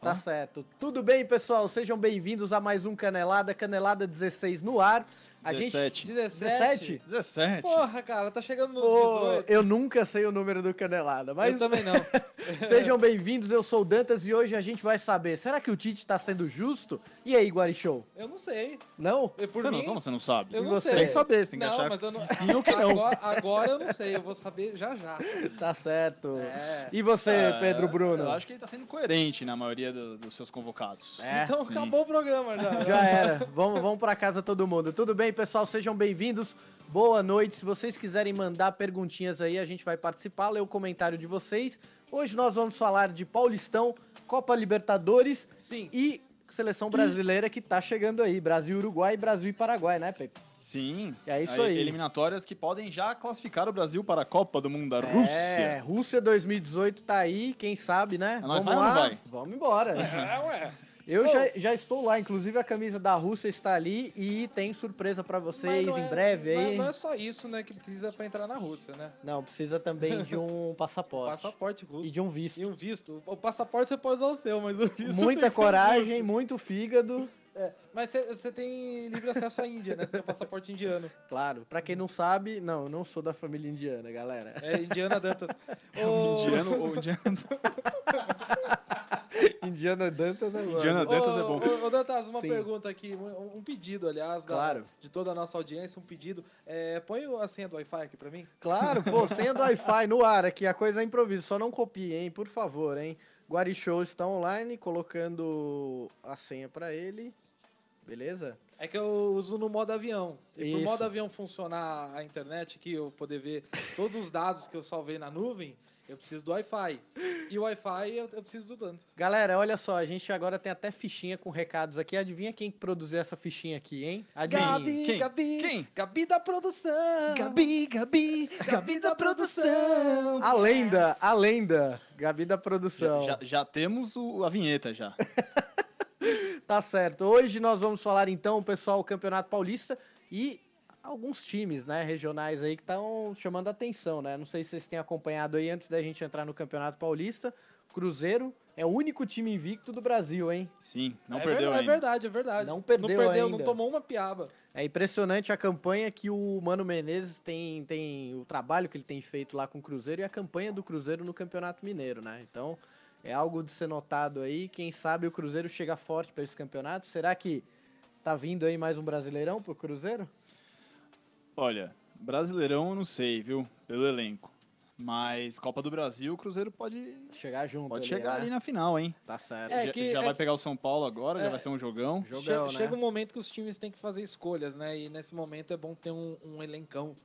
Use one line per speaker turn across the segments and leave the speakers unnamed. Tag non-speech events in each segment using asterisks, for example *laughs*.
Tá certo. Tudo bem, pessoal? Sejam bem-vindos a mais um Canelada, Canelada 16 no ar. A gente.
17.
17?
17.
Porra, cara, tá chegando nos
Pô,
18.
eu nunca sei o número do Canelada, mas
Eu
*laughs*
também não.
sejam bem-vindos. Eu sou o Dantas e hoje a gente vai saber: será que o Tite tá sendo justo? E aí, Guarichou?
Eu não sei.
Não?
Eu, Por
você
mim,
não, como você não sabe?
eu
E
não
você?
sei.
Tem que saber, você tem que
não,
achar
mas eu
se
não...
sim ou que não.
Agora, agora eu não sei, eu vou saber já já.
Tá certo.
É.
E você,
Ah,
Pedro Bruno?
Eu acho que ele tá sendo coerente na maioria do- dos seus convocados.
É,
então
sim.
acabou o programa já.
Já é. era. Vamos, vamos para casa todo mundo. Tudo bem, pessoal? Sejam bem-vindos. Boa noite. Se vocês quiserem mandar perguntinhas aí, a gente vai participar, ler o comentário de vocês. Hoje nós vamos falar de Paulistão, Copa Libertadores
Sim.
e seleção brasileira que tá chegando aí, Brasil, Uruguai, Brasil e Paraguai, né, Pepe?
Sim.
É isso aí.
Eliminatórias que podem já classificar o Brasil para a Copa do Mundo, a Rússia.
É, Rússia 2018 tá aí, quem sabe, né?
É nóis, vai ou não vai?
Vamos
*laughs*
embora.
Ah, ué.
Eu já, já estou lá, inclusive a camisa da Rússia está ali e tem surpresa pra vocês
Mas não
em
é-
breve
mas
aí.
Não é só isso, né, que precisa pra entrar na Rússia, né?
Não, precisa também de *laughs* um passaporte.
Passaporte russo.
E de um visto.
E um visto. O passaporte você pode usar o seu, mas o visto. tem
Muita
que ser
coragem,
russo.
muito fígado.
Mas você- você tem livre acesso à Índia, né? Você tem o passaporte indiano.
Claro, pra quem não sabe, não, eu não sou da família indiana, galera.
É Indiana Dantas.
É um
Ô,
indiano,
*laughs*
o indiano,
*laughs*
tá-
Indiana Dantas agora.
Indiana Dantas é bom.
Ô, ô, ô, Dantas, uma
Sim.
pergunta aqui, um, um pedido, aliás, da-
Claro.
de toda a nossa audiência, um pedido. É, põe a senha do Wi-Fi aqui pra mim.
Claro, pô, senha do Wi-Fi no ar aqui, a coisa é improviso, só não copie, hein, por favor, hein. Guarichou está online, colocando a senha pra ele. Beleza?
É que eu uso no modo avião. E pro
Isso.
modo avião funcionar a internet aqui, eu poder ver todos os dados que eu salvei na nuvem, eu preciso do Wi-Fi. E o Wi-Fi eu, eu preciso do Dantas.
Galera, olha só, a gente agora tem até fichinha com recados aqui. Adivinha quem produziu essa fichinha aqui, hein? Adivinha.
Gabi,
Quem?
Gabi,
Quem?
Gabi da produção.
Gabi, Gabi,
Gabi da produção.
A lenda, a lenda. Gabi da produção.
Já, já temos o- a vinheta já.
Tá certo. Hoje nós vamos falar então, pessoal, o Campeonato Paulista e alguns times, né, regionais aí que estão chamando a atenção, né? Não sei se vocês têm acompanhado aí antes da gente entrar no Campeonato Paulista. Cruzeiro é o único time invicto do Brasil, hein?
Sim, não
é
perdeu
verdade,
ainda.
É verdade, é verdade.
Não perdeu
Não perdeu,
ainda.
não tomou uma piaba.
É impressionante a campanha que o Mano Menezes tem, tem o trabalho que ele tem feito lá com o Cruzeiro e a campanha do Cruzeiro no Campeonato Mineiro, né? Então, é algo de ser notado aí. Quem sabe o Cruzeiro chega forte para esse campeonato? Será que tá vindo aí mais um Brasileirão pro Cruzeiro?
Olha, Brasileirão eu não sei, viu? Pelo elenco. Mas Copa do Brasil, o Cruzeiro pode,
Chegar junto.
pode
ali,
chegar
né?
ali na final, hein?
Tá certo.
É
já
que-
já
é
vai
que-
pegar o São Paulo agora,
É.
já vai ser um jogão.
Jogão,
Che-
né?
Chega um momento que os times têm que fazer escolhas, né? E nesse momento é bom ter um, um elencão.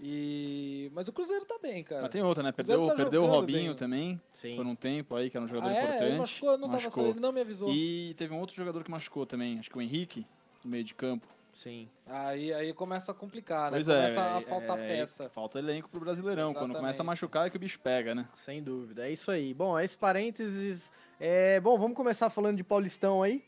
E... Mas o Cruzeiro tá bem, cara.
Mas tem outra, né?
Cruzeiro
Perdeu,
tá
perdeu o
jogando
Robinho
bem.
também,
Sim.
por um tempo aí, que era um jogador
ah, é?
importante.
Ele machucou, não tava
Machucou.
sabendo, ele não me avisou.
E teve um outro jogador que machucou também, acho que o Henrique, no meio de campo.
Sim.
Aí, aí começa a complicar, né?
pois é.
começa a
é,
faltar
é,
peça.
Falta elenco pro Brasileirão. Quando começa a
Exatamente.
machucar é que o bicho pega, né?
Sem dúvida, é isso aí. Bom, esse parênteses. É... Bom, vamos começar falando de Paulistão aí.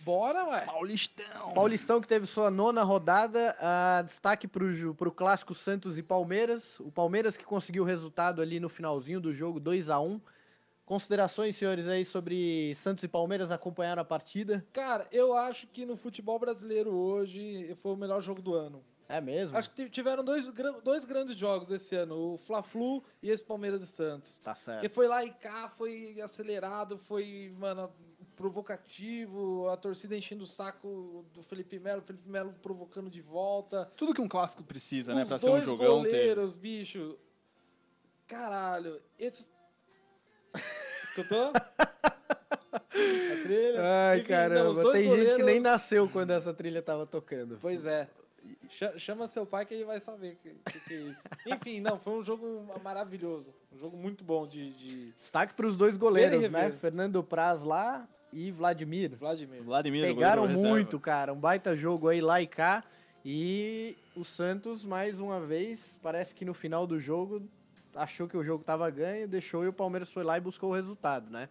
Bora, ué!
Paulistão!
Paulistão que teve sua nona rodada, ah, destaque para o clássico Santos e Palmeiras. O Palmeiras que conseguiu o resultado ali no finalzinho do jogo, 2 a 1 Considerações, senhores, aí sobre Santos e Palmeiras acompanharam a partida?
Cara, eu acho que no futebol brasileiro hoje foi o melhor jogo do ano.
É
Uhum.
mesmo?
Acho que t- tiveram dois, gran- dois grandes jogos esse ano, o Fla-Flu e esse Palmeiras e Santos.
Tá
Porque
certo.
foi lá e cá, foi acelerado, foi, mano, provocativo, a torcida enchendo o saco do Felipe Melo, o Felipe Melo provocando de volta.
Tudo que um clássico precisa, né?
Os
Pra ser um
dois
jogão. Teve.
goleiros, bicho. Caralho, esses... Escutou? A trilha?
Ai,
Enfim, não, os
caramba,
dois
tem gente que nem
goleiros-
nasceu quando essa trilha tava tocando.
Pois é. Cha- Chama seu pai que ele vai saber o que, que que é isso. Enfim, não, foi um jogo maravilhoso. Um jogo muito bom de, de
Destaque para os dois goleiros,
Ver e
né?
rever.
Fernando Praz lá e Vladimir.
Vladimir.
Vladimir, o
Pegaram
goleiro
muito,
reserva.
cara. Um baita jogo aí lá e cá. E o Santos, mais uma vez, parece que no final do jogo achou que o jogo tava ganho, deixou e o Palmeiras foi lá e buscou o resultado, né?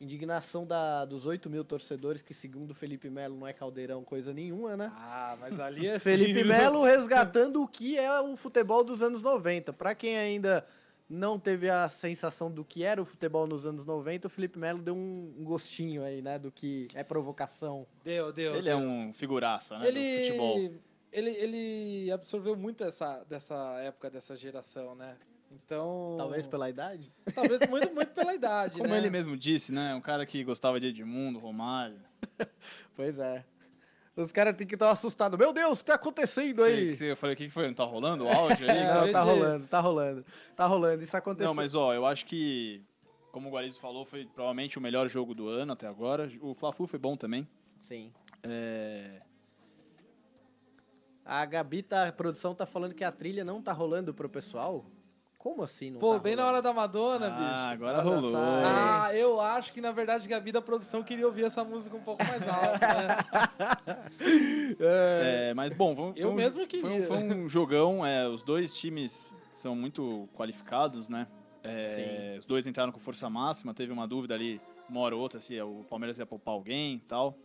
Indignação da, dos 8 mil torcedores, que segundo Felipe Melo não é caldeirão coisa nenhuma,
*laughs*
né?
Ah, mas ali é
Felipe
assim,
Melo resgatando o que é o futebol dos anos 90. Pra quem ainda não teve a sensação do que era o futebol nos anos 90, o Felipe Melo deu um um gostinho aí, né, do que é provocação.
Deu, deu.
Ele
deu.
é um figuraça, né? Do futebol.
ele, ele, ele absorveu muito essa, dessa época, dessa geração, né? Então.
Talvez pela idade.
Talvez muito, muito pela idade,
Como
né?
ele mesmo disse, né? Um cara que gostava de Edmundo, Romário.
Pois é. Os caras têm que estar assustados. Meu Deus, o que tá acontecendo aí?
Sei- sei- Eu falei, o que que foi? Não tá rolando o áudio
*laughs*
aí?
É,
Não,
eu
tá
entendi.
rolando, tá rolando. Tá rolando, isso aconteceu.
Não, mas ó, eu acho que, como o Guarizo falou, foi provavelmente o melhor jogo do ano até agora. O Fla-Flu foi bom também.
Sim.
É,
A Gabi, tá, a produção, tá falando que a trilha não tá rolando pro pessoal. Como assim não
Pô,
tá
bem na
rolando?
hora da Madonna,
Ah,
bicho.
agora
Olha
rolou.
só,
Ah,
Ah, eu acho que na verdade Gabi da produção queria ouvir essa música um pouco mais alta,
*laughs*
né?
é, mas bom, vamos,
Eu mesmo
que Foi um,
queria.
foi um jogão. é, os dois times são muito qualificados, né? É, os dois entraram com força máxima. Teve uma dúvida ali, uma hora ou outra, se é o Palmeiras ia poupar alguém e tal.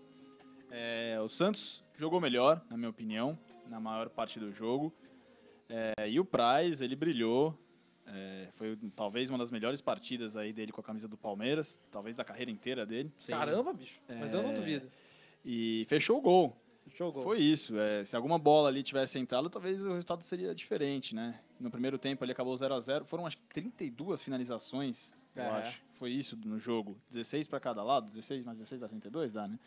É, o Santos jogou melhor, na minha opinião, na maior parte do jogo. É, e o Praz, ele brilhou. É, foi talvez uma das melhores partidas aí dele com a camisa do Palmeiras, talvez da carreira inteira dele.
Sim.
Caramba, bicho. Mas eu não
É.
duvido.
E fechou o gol.
Jogou.
Foi isso. é, se alguma bola ali tivesse entrado, talvez o resultado seria diferente, né? No primeiro tempo ali acabou 0 a 0 Foram acho que 32 finalizações, eu
É.
acho. Foi isso no jogo. 16 para cada lado, 16 mais 16 dá 32, dá, né?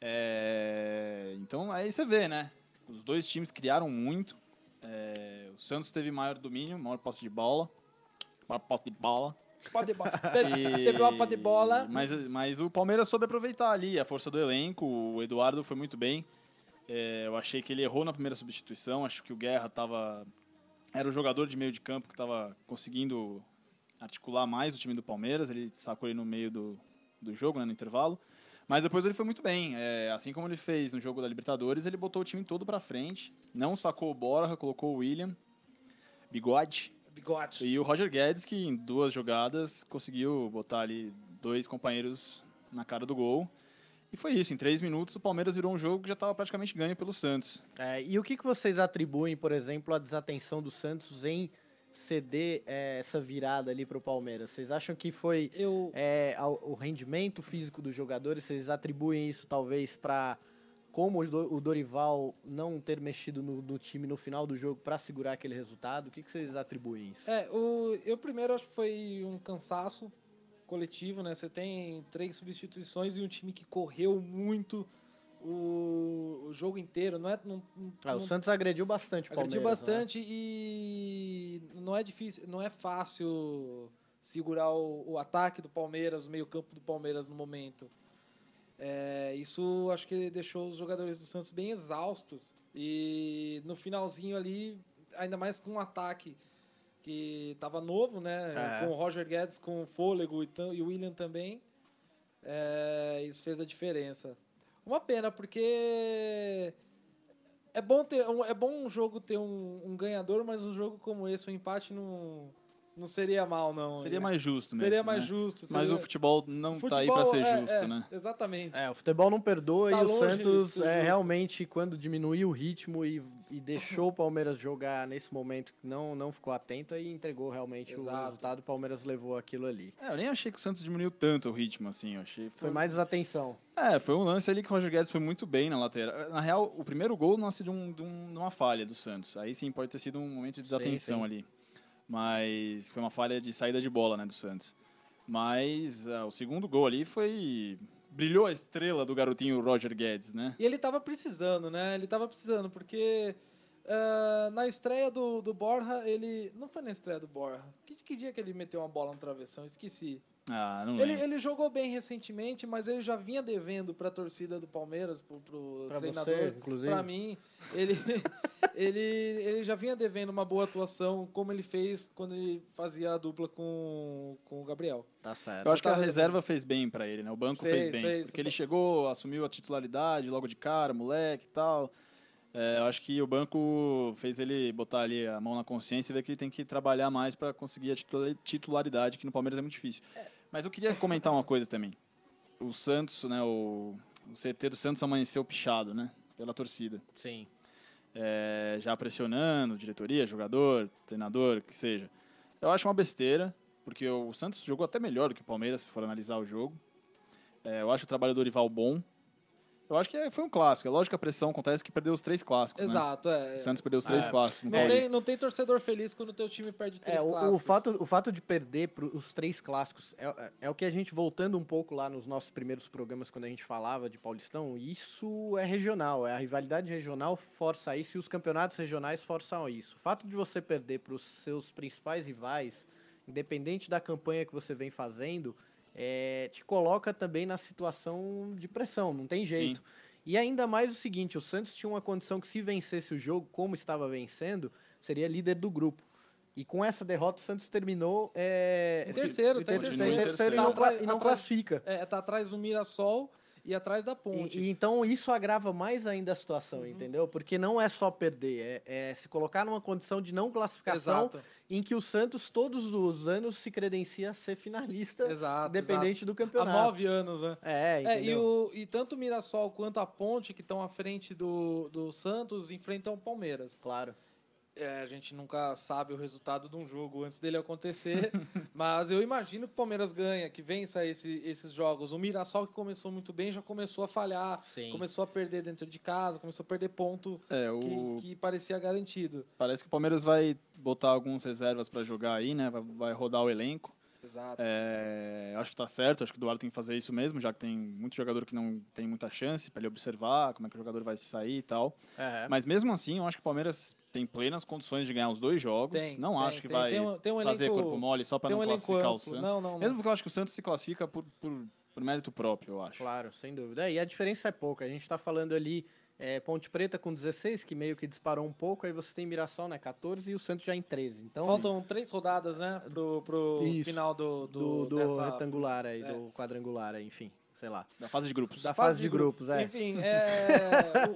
É, então aí você vê, né? Os dois times criaram muito. é, o Santos teve maior domínio, maior posse de bola. Maior posse de bola.
Pode bola. *laughs* Teve uma pá de bola.
Mas, mas o Palmeiras soube aproveitar ali a força do elenco. O Eduardo foi muito bem. É, eu achei que ele errou na primeira substituição. Acho que o Guerra tava. Era o jogador de meio de campo que estava conseguindo articular mais o time do Palmeiras. Ele sacou ele no meio do, do jogo, né, no intervalo. Mas depois ele foi muito bem. É, assim como ele fez no jogo da Libertadores, ele botou o time todo pra frente. Não sacou o Borja, colocou o William, Bigode.
Bigode.
E o Roger Guedes, que em duas jogadas conseguiu botar ali dois companheiros na cara do gol. E foi isso, em três minutos o Palmeiras virou um jogo que já estava praticamente ganho pelo Santos.
É, e o que, que vocês atribuem, por exemplo, à desatenção do Santos em ceder é, essa virada ali pro Palmeiras? Vocês acham que foi
Eu.
é, ao- o rendimento físico dos jogadores? Vocês atribuem isso talvez para como o Do- o Dorival não ter mexido no, no time no final do jogo para segurar aquele resultado? O que, que vocês atribuem isso?
É, o, eu primeiro acho que foi um cansaço coletivo, né? Você tem três substituições e um time que correu muito o, o jogo inteiro, não é? Não, não-
Ah, o
não-
Santos agrediu bastante o Palmeiras.
agrediu
né?
bastante e não é difícil, não é fácil segurar o, o ataque do Palmeiras, o meio-campo do Palmeiras no momento. É, isso acho que deixou os jogadores do Santos bem exaustos e no finalzinho ali, ainda mais com um ataque que estava novo, né?
É.
Com o Roger Guedes, com o fôlego e, tam- e o William também. É, isso fez a diferença. Uma pena, porque é bom ter um, é bom um jogo ter um, um ganhador, mas um jogo como esse, um empate não, não seria mal, não.
Seria
É.
mais justo mesmo.
seria mais
né?
justo.
Mas
seria-
o futebol não está aí
futebol,
para ser
é,
justo,
é,
né?
Exatamente.
É, o futebol não perdoa
Tá
e o
longe de
Santos
ser
é,
justo.
realmente, quando diminuiu o ritmo e, e deixou o Palmeiras jogar nesse momento que não, não ficou atento, aí entregou realmente o
Exato.
resultado. O Palmeiras levou aquilo ali.
É, eu nem achei que o Santos diminuiu tanto o ritmo, assim. Eu achei
Foi mais desatenção.
É, foi um lance ali que o Roger Guedes foi muito bem na lateral. Na real, o primeiro gol nasce de, um, de, um- de uma falha do Santos. Aí sim pode ter sido um momento de
Sim,
desatenção
sim.
ali. Mas foi uma falha de saída de bola, né, do Santos. Mas ah, o segundo gol ali foi. Brilhou a estrela do garotinho Roger Guedes, né?
E ele tava precisando, né? Ele tava precisando, porque ah, na estreia do, do Borja, ele. Não foi na estreia do Borja. Que, que dia que ele meteu uma bola no travessão? Esqueci.
Ah, não
Ele,
lembro.
ele jogou bem recentemente, mas ele já vinha devendo pra torcida do Palmeiras, pro, pro
Pra
treinador.
você, inclusive.
Pra mim, ele, *laughs* ele, ele já vinha devendo uma boa atuação, como ele fez quando ele fazia a dupla com, com o Gabriel.
Tá certo.
Eu acho que a
tava-
reserva fez bem pra ele, né? O banco fez,
Fez,
bem.
fez.
Porque ele chegou, assumiu a titularidade logo de cara, moleque e tal. É, eu acho que o banco fez ele botar ali a mão na consciência e ver que ele tem que trabalhar mais pra conseguir a titula- titularidade, que no Palmeiras é muito difícil. Mas eu queria comentar uma coisa também. O Santos, né? O, o CT do Santos amanheceu pichado, né? Pela torcida.
Sim.
É, já pressionando, diretoria, jogador, treinador, o que seja. Eu acho uma besteira, porque o Santos jogou até melhor do que o Palmeiras, se for analisar o jogo. É, eu acho o trabalho do Orival bom. Eu acho que é- foi um clássico. É lógico que a pressão acontece que perdeu os três clássicos. né?
Exato, é.
O Santos perdeu os três
É.
clássicos. no
Não tem,
Paulista.
não tem torcedor feliz quando o teu time perde três
É, o, o
clássicos.
fato, o fato de perder pro, os três clássicos é, é- é o que a gente, voltando um pouco lá nos nossos primeiros programas, quando a gente falava de Paulistão, isso é regional, é a rivalidade regional força isso e os campeonatos regionais forçam isso. O fato de você perder para os seus principais rivais, independente da campanha que você vem fazendo, é, te coloca também na situação de pressão, não tem jeito. E ainda mais o seguinte, o Santos tinha uma condição que se vencesse o jogo, como estava vencendo, seria líder do grupo. E com essa derrota, o Santos terminou... É,
Em terceiro,
em
tá em
terceiro,
terceiro.
em terceiro e não, cla- e não classifica.
É, tá atrás do Mirassol e atrás da ponte. Uhum.
E, e então isso agrava mais ainda a situação, entendeu? Porque não é só perder, é, é se colocar numa condição de não classificação
Exato,
em que o Santos todos os anos se credencia a ser finalista,
exato.
independente do
exato. Há
campeonato.
nove anos, né?
É,
É, e,
entendeu?
o, e tanto o Mirassol quanto a Ponte, que estão à frente do, do Santos, enfrentam o Palmeiras.
Claro.
É, a gente nunca sabe o resultado de um jogo antes dele acontecer, *laughs* mas eu imagino que o Palmeiras ganha, que vença esse- esses jogos. O Mirassol, que começou muito bem, já começou a falhar,
Sim.
começou a perder dentro de casa, começou a perder ponto
É, o...
que, que parecia garantido.
Parece que o Palmeiras vai botar alguns reservas pra jogar aí, né? Vai, vai rodar o elenco.
Exato.
É, acho que tá certo, acho que o Eduardo tem que fazer isso mesmo, já que tem muito jogador que não tem muita chance pra ele observar como é que o jogador vai se sair e tal.
É.
Mas mesmo assim, eu acho que o Palmeiras tem plenas condições de ganhar os dois jogos.
Tem,
não
tem,
acho que
tem.
vai
Tem um- tem um
fazer
elenco-
corpo mole só pra
Tem
não
um elenco
classificar o
amplo.
Santos.
Não, não, não.
Mesmo porque eu acho que o Santos se classifica por, por, por mérito próprio, eu acho.
Claro, sem dúvida. É, e a diferença é pouca. A gente está falando ali é, Ponte Preta com 16, que meio que disparou um pouco, aí você tem Mirassol, né? 14 e o Santos já em 13. Então,
Faltam três rodadas, né? Pro, pro
Isso.
final do,
do,
do,
do
dessa-
retangular aí,
é.
do quadrangular aí, enfim, sei lá.
Da fase de grupos.
Da fase de grupos, é.
Enfim,
*laughs*
é,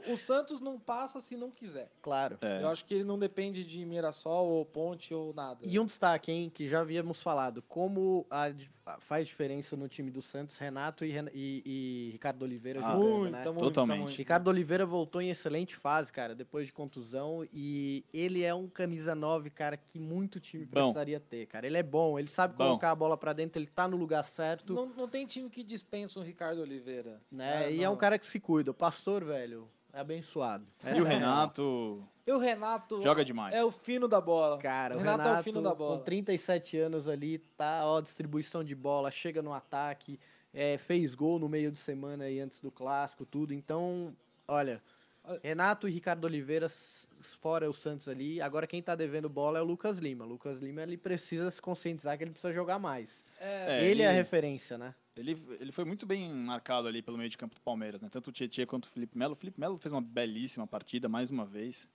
o, o Santos não passa se não quiser.
Claro.
É.
Eu acho que ele não depende de Mirassol ou Ponte ou nada.
E um destaque, hein, que já havíamos falado, como a di- a- faz diferença no time do Santos, Renato e, Ren- e- e Ricardo Oliveira
Ah,
jogando,
Muita,
né?
muita,
Totalmente.
muita.
Ricardo Oliveira voltou em excelente fase, cara, depois de contusão. E ele é um camisa 9, cara, que muito time
Bom.
precisaria ter, cara. Ele é bom, ele sabe
Bom.
colocar a bola pra dentro, ele tá no lugar certo,
Não, não tem time que dispensa o Ricardo Oliveira.
né? e é
não.
um cara que se cuida. O pastor, velho, é abençoado.
E o
Essa é a
Renato
E o Renato
joga demais.
é o fino da bola.
real. Cara,
o
o
Renato,
Renato,
é o fino da bola.
com 37 anos ali, tá, ó, distribuição de bola, chega no ataque, é, fez gol no meio de semana aí antes do clássico, tudo. Então, olha,
Olha-
Renato e Ricardo Oliveira, s- fora o Santos ali. Agora quem tá devendo bola é o Lucas Lima. Lucas Lima ele precisa se conscientizar que ele precisa jogar mais.
É,
ele, é a
ele-
referência, né?
Ele, ele foi muito bem marcado ali pelo meio de campo do Palmeiras, né? Tanto o Tietchan quanto o Felipe Melo. O Felipe Melo fez uma belíssima partida, mais uma vez.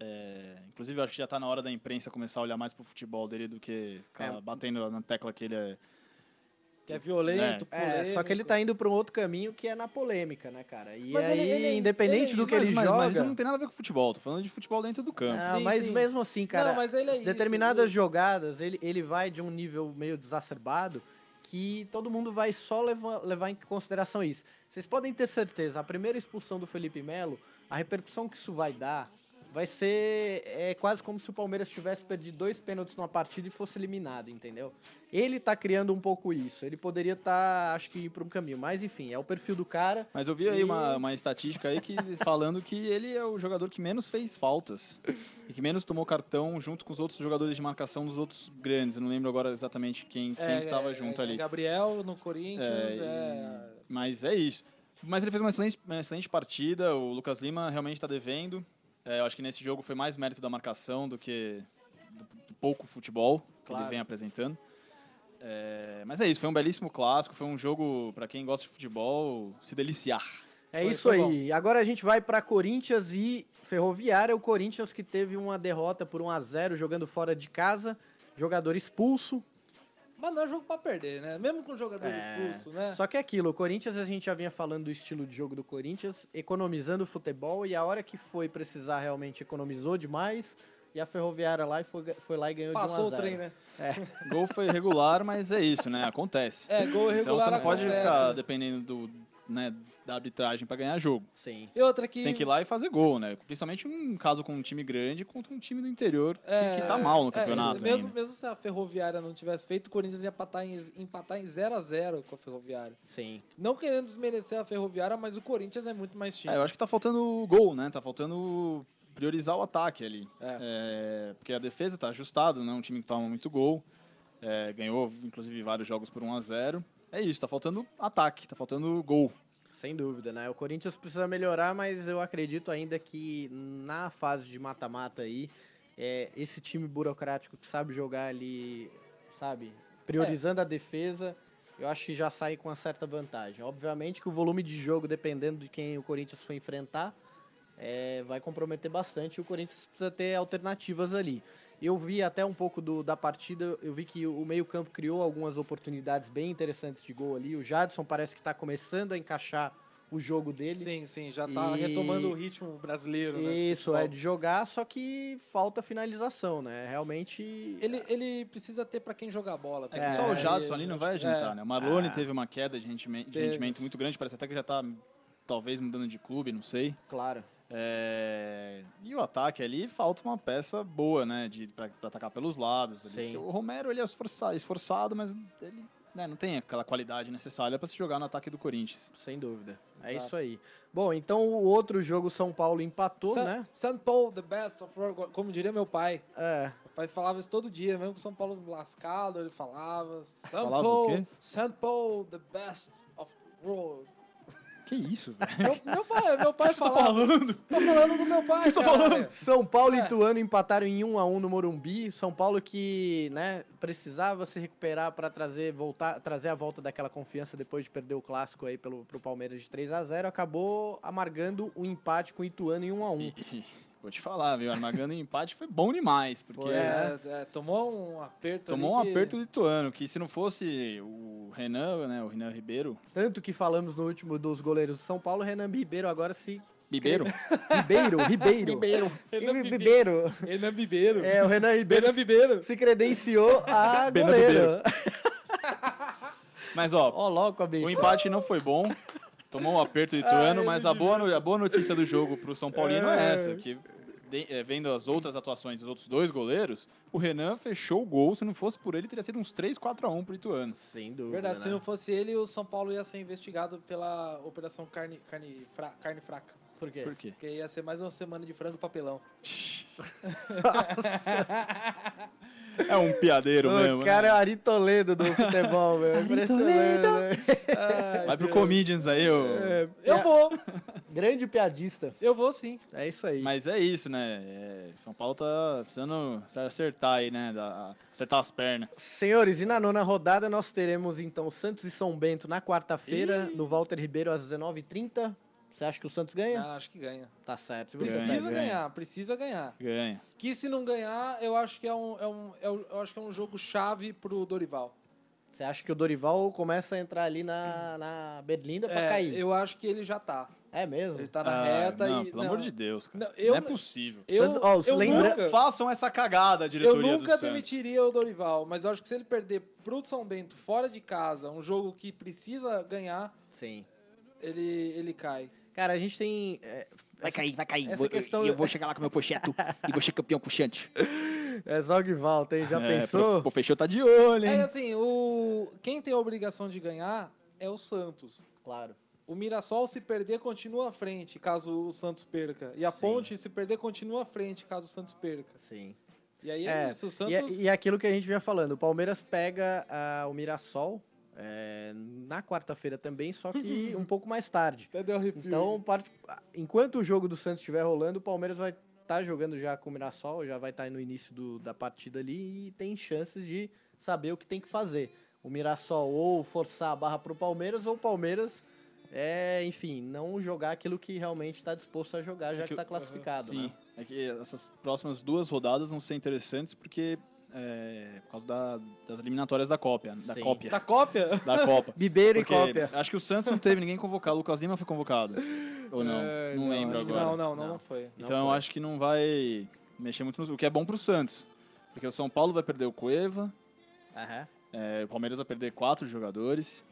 É, inclusive, eu acho que já está na hora da imprensa começar a olhar mais pro futebol dele do que ficar
É.
batendo na tecla que ele é.
Que é violento,
É, só que ele
polêmico.
tá indo para um outro caminho que é na polêmica, né, cara? E
Mas
aí,
ele- ele é-
independente
ele é
do
isso.
que ele
mas,
joga.
mas isso não tem nada a ver com futebol, tô falando de futebol dentro do campo.
Ah,
Sim,
mas
sim.
mesmo assim, cara,
Não, mas ele é isso,
determinadas
ele-
jogadas, ele, ele vai de um nível meio desacerbado que todo mundo vai só levar, levar em consideração isso. Vocês podem ter certeza, a primeira expulsão do Felipe Melo, a repercussão que isso vai dar vai ser é, quase como se o Palmeiras tivesse perdido dois pênaltis numa partida e fosse eliminado, entendeu? Ele tá criando um pouco isso. Ele poderia estar, acho que, ir pra um caminho. Mas, enfim, é o perfil do cara.
Mas eu vi aí uma, uma estatística aí que, *laughs* falando que ele é o jogador que menos fez faltas e que menos tomou cartão junto com os outros jogadores de marcação dos outros grandes. Eu não lembro agora exatamente quem, quem que tava Tá junto
é,
ali.
Gabriel no Corinthians,
É,
é,
Mas é isso. Mas ele fez uma excelente, uma excelente partida. O Lucas Lima realmente está devendo. É, eu acho que nesse jogo foi mais mérito da marcação do que do, do pouco futebol que
Claro.
ele vem apresentando. É, mas é isso. Foi um belíssimo clássico. Foi um jogo para quem gosta de futebol se deliciar.
É
Foi-
isso
foi
aí. Agora a gente vai para Corinthians e Ferroviária. O Corinthians que teve uma derrota por 1 a 0 jogando fora de casa. Jogador expulso.
Mas não é jogo pra perder, né? Mesmo com o jogador
É.
expulso, né?
Só que é aquilo, o Corinthians a gente já vinha falando do estilo de jogo do Corinthians, economizando o futebol e a hora que foi precisar realmente economizou demais. E a Ferroviária lá e foi, foi lá e ganhou de 1
Passou
a
o
0.
trem, né?
O gol foi regular, mas é isso, né? Acontece.
É, gol
então
regular
você não pode
acontece,
ficar
né?
dependendo do, né, da arbitragem para ganhar jogo.
Sim.
E outra que.
Você tem que ir lá e fazer gol, né? Principalmente um caso com um time grande contra um time do interior que,
É,
que tá mal no
é,
campeonato.
mesmo,
ainda.
mesmo se a Ferroviária não tivesse feito, o Corinthians ia empatar em 0x0 empatar em 0 a 0 com a Ferroviária.
Sim.
Não querendo desmerecer a Ferroviária, mas o Corinthians é muito mais time.
É, eu acho que tá faltando gol, né? Tá faltando priorizar o ataque ali.
É.
É, porque a defesa tá ajustada, né? Um time que toma muito gol. É, ganhou, inclusive, vários jogos por 1 a 0 É isso, tá faltando ataque, tá faltando gol.
Sem dúvida, né? O Corinthians precisa melhorar, mas eu acredito ainda que na fase de mata-mata aí, é, esse time burocrático que sabe jogar ali, sabe, priorizando a defesa, eu acho que já sai com uma certa vantagem. Obviamente que o volume de jogo, dependendo de quem o Corinthians for enfrentar, é, vai comprometer bastante. O Corinthians precisa ter alternativas ali. Eu vi até um pouco do- da partida, eu vi que o meio-campo criou algumas oportunidades bem interessantes de gol ali. O Jadson parece que está começando a encaixar o jogo dele.
Sim, sim, já tá
E-
retomando o ritmo brasileiro, né?
Isso,
Futebol.
é de jogar, só que falta finalização, né? Realmente.
Ele, ele precisa ter pra quem jogar bola.
É
tá?
que só
É,
o Jadson ali não vai
acho que- é.
adiantar, né? O Marlone
Ah.
teve uma queda de rendime- de
Teve.
rendimento muito grande, parece até que já tá talvez mudando de clube, não sei.
Claro.
É, E o ataque ali falta uma peça boa, né? De, pra, pra atacar pelos lados. ali.
Sim.
Porque O Romero ele é esforça- esforçado, mas ele né, não tem aquela qualidade necessária para se jogar no ataque do Corinthians.
Sem dúvida. É
Exato.
isso aí. Bom, então o outro jogo São Paulo empatou,
Sa-
né?
São Paulo, the best of our... go- Como diria meu pai.
É,
Meu pai falava isso todo dia, mesmo com São Paulo lascado, ele falava... São
Falava o
Paulo,
quê?
São Paulo, the best of the world.
Que isso, *laughs* velho?
Meu, meu pai, meu pai
você tá
falava...
falando?
Tô falando do meu pai,
tô tá
cara.
falando?
São Paulo e
É.
Ituano empataram em 1 a 1 no Morumbi. São Paulo que, né, precisava se recuperar para trazer voltar, trazer a volta daquela confiança depois de perder o clássico aí pelo pro Palmeiras de 3 a 0, acabou amargando um empate com o Ituano em 1 a 1.
Vou te falar, viu? Armagando em empate foi bom demais, porque
Foi,
né,
né?
É, é, tomou um aperto
tomou um
ali que-
aperto do Ituano, que se não fosse o Renan, né? O Renan Ribeiro.
Tanto que falamos no último dos goleiros do São Paulo, Renan Ribeiro agora se
Ribeiro?
Ribeiro,
*laughs*
Ribeiro.
Renan
Ele-
Bibeiro.
Ribeiro.
Renan Bibeiro.
É, o Renan Ribeiro
Renan Bibeiro.
se credenciou
*laughs*
a
Renan
goleiro.
Mas ó,
Ó, louco, bicho.
O empate não foi bom. Tomou um aperto
*laughs*
de Ituano, mas a boa, no- a boa notícia do jogo pro São Paulino é,
É.
essa, que de- é, vendo as outras atuações dos outros dois goleiros, o Renan fechou o gol. Se não fosse por ele, teria sido uns 3, 4 a 1 pro Ituano.
Sem dúvida.
Verdade,
né?
se não fosse ele, o São Paulo ia ser investigado pela Operação Carne, carne, Fra- Carne Fraca.
Por quê?
Por quê?
Porque ia ser mais uma semana de frango e papelão.
É um piadeiro mesmo,
o
né?
cara é o Ari Toledo do futebol, meu. Impressionante. né?
Vai
é.
pro Comedians aí, ô.
É,
Eu
pia-
vou,
Grande piadista.
eu vou sim.
É isso aí.
Mas é isso, né? É, São Paulo tá precisando se acertar aí, né? Da- acertar as pernas.
Senhores, e na nona rodada nós teremos então Santos e São Bento na quarta-feira, no Walter Ribeiro às 19h30. Você acha que o Santos ganha?
Ah, acho que ganha.
Tá certo. E você?
Ganha, ganha.
Precisa ganhar, precisa ganhar.
Ganha.
Que se não ganhar, eu acho que é um, é um, é um- eu acho que é um jogo chave pro Dorival.
Você acha que o Dorival começa a entrar ali na, na Berlinda pra
É,
cair?
eu acho que ele já tá.
É mesmo?
Ele tá na
Ah,
reta
não,
e.
pelo amor de Deus, cara.
Não, eu-
não é possível.
Eu,
Santos- ó,
eu
lembra-
nunca-
Façam essa cagada,
Eu
diretoria do
nunca
Santos.
demitiria o Dorival, mas eu acho que se ele perder pro São Bento fora de casa, um jogo que precisa ganhar,
Sim.
ele, ele cai.
Cara, a gente tem. é,
Vai cair, vai cair.
Essa
Vou-
questão-
eu, eu vou chegar lá com meu
é
projeto e vou ser campeão com o Xande.
*laughs* é só o que volta, hein? *laughs* Já
É,
pensou?
O Pô, Fechou tá de olho,
É
hein?
assim, o quem tem a obrigação de ganhar é o Santos.
Claro.
O Mirassol se perder continua à frente, caso o Santos perca. E a
Sim.
Ponte se perder continua à frente, caso o Santos perca.
Sim.
E aí é,
É,
isso,
E,
o
é-
Santos
e é aquilo que a gente vinha falando, o Palmeiras pega ah, o Mirassol é, na quarta-feira também, só
*laughs*
que um pouco mais tarde.
até deu arrepio.
Então, parte- enquanto o jogo do Santos estiver rolando, o Palmeiras vai estar jogando já com o Mirassol, já vai estar no início do- da partida ali e tem chances de saber o que tem que fazer. O Mirassol ou forçar a barra pro Palmeiras ou o Palmeiras, é, enfim, não jogar aquilo que realmente está disposto a jogar, já
É que
que
o-
está classificado,
Sim.
né?
É que essas próximas duas rodadas vão ser interessantes porque. É, por causa da- das eliminatórias da Copa. Da
Sim.
Copa.
Da cópia?
Da *laughs* Copa.
Bibeiro
Porque
e cópia.
Acho que o Santos não teve ninguém convocado. O Lucas Lima foi convocado. Ou não?
É,
não,
não,
lembro
acho que
agora.
Não, não, não,
Não.
não foi.
Não
Então
foi.
acho que não vai mexer muito no. O que é bom pro Santos. Porque o São Paulo vai perder o Cueva.
Aham.
é, o Palmeiras vai perder quatro jogadores.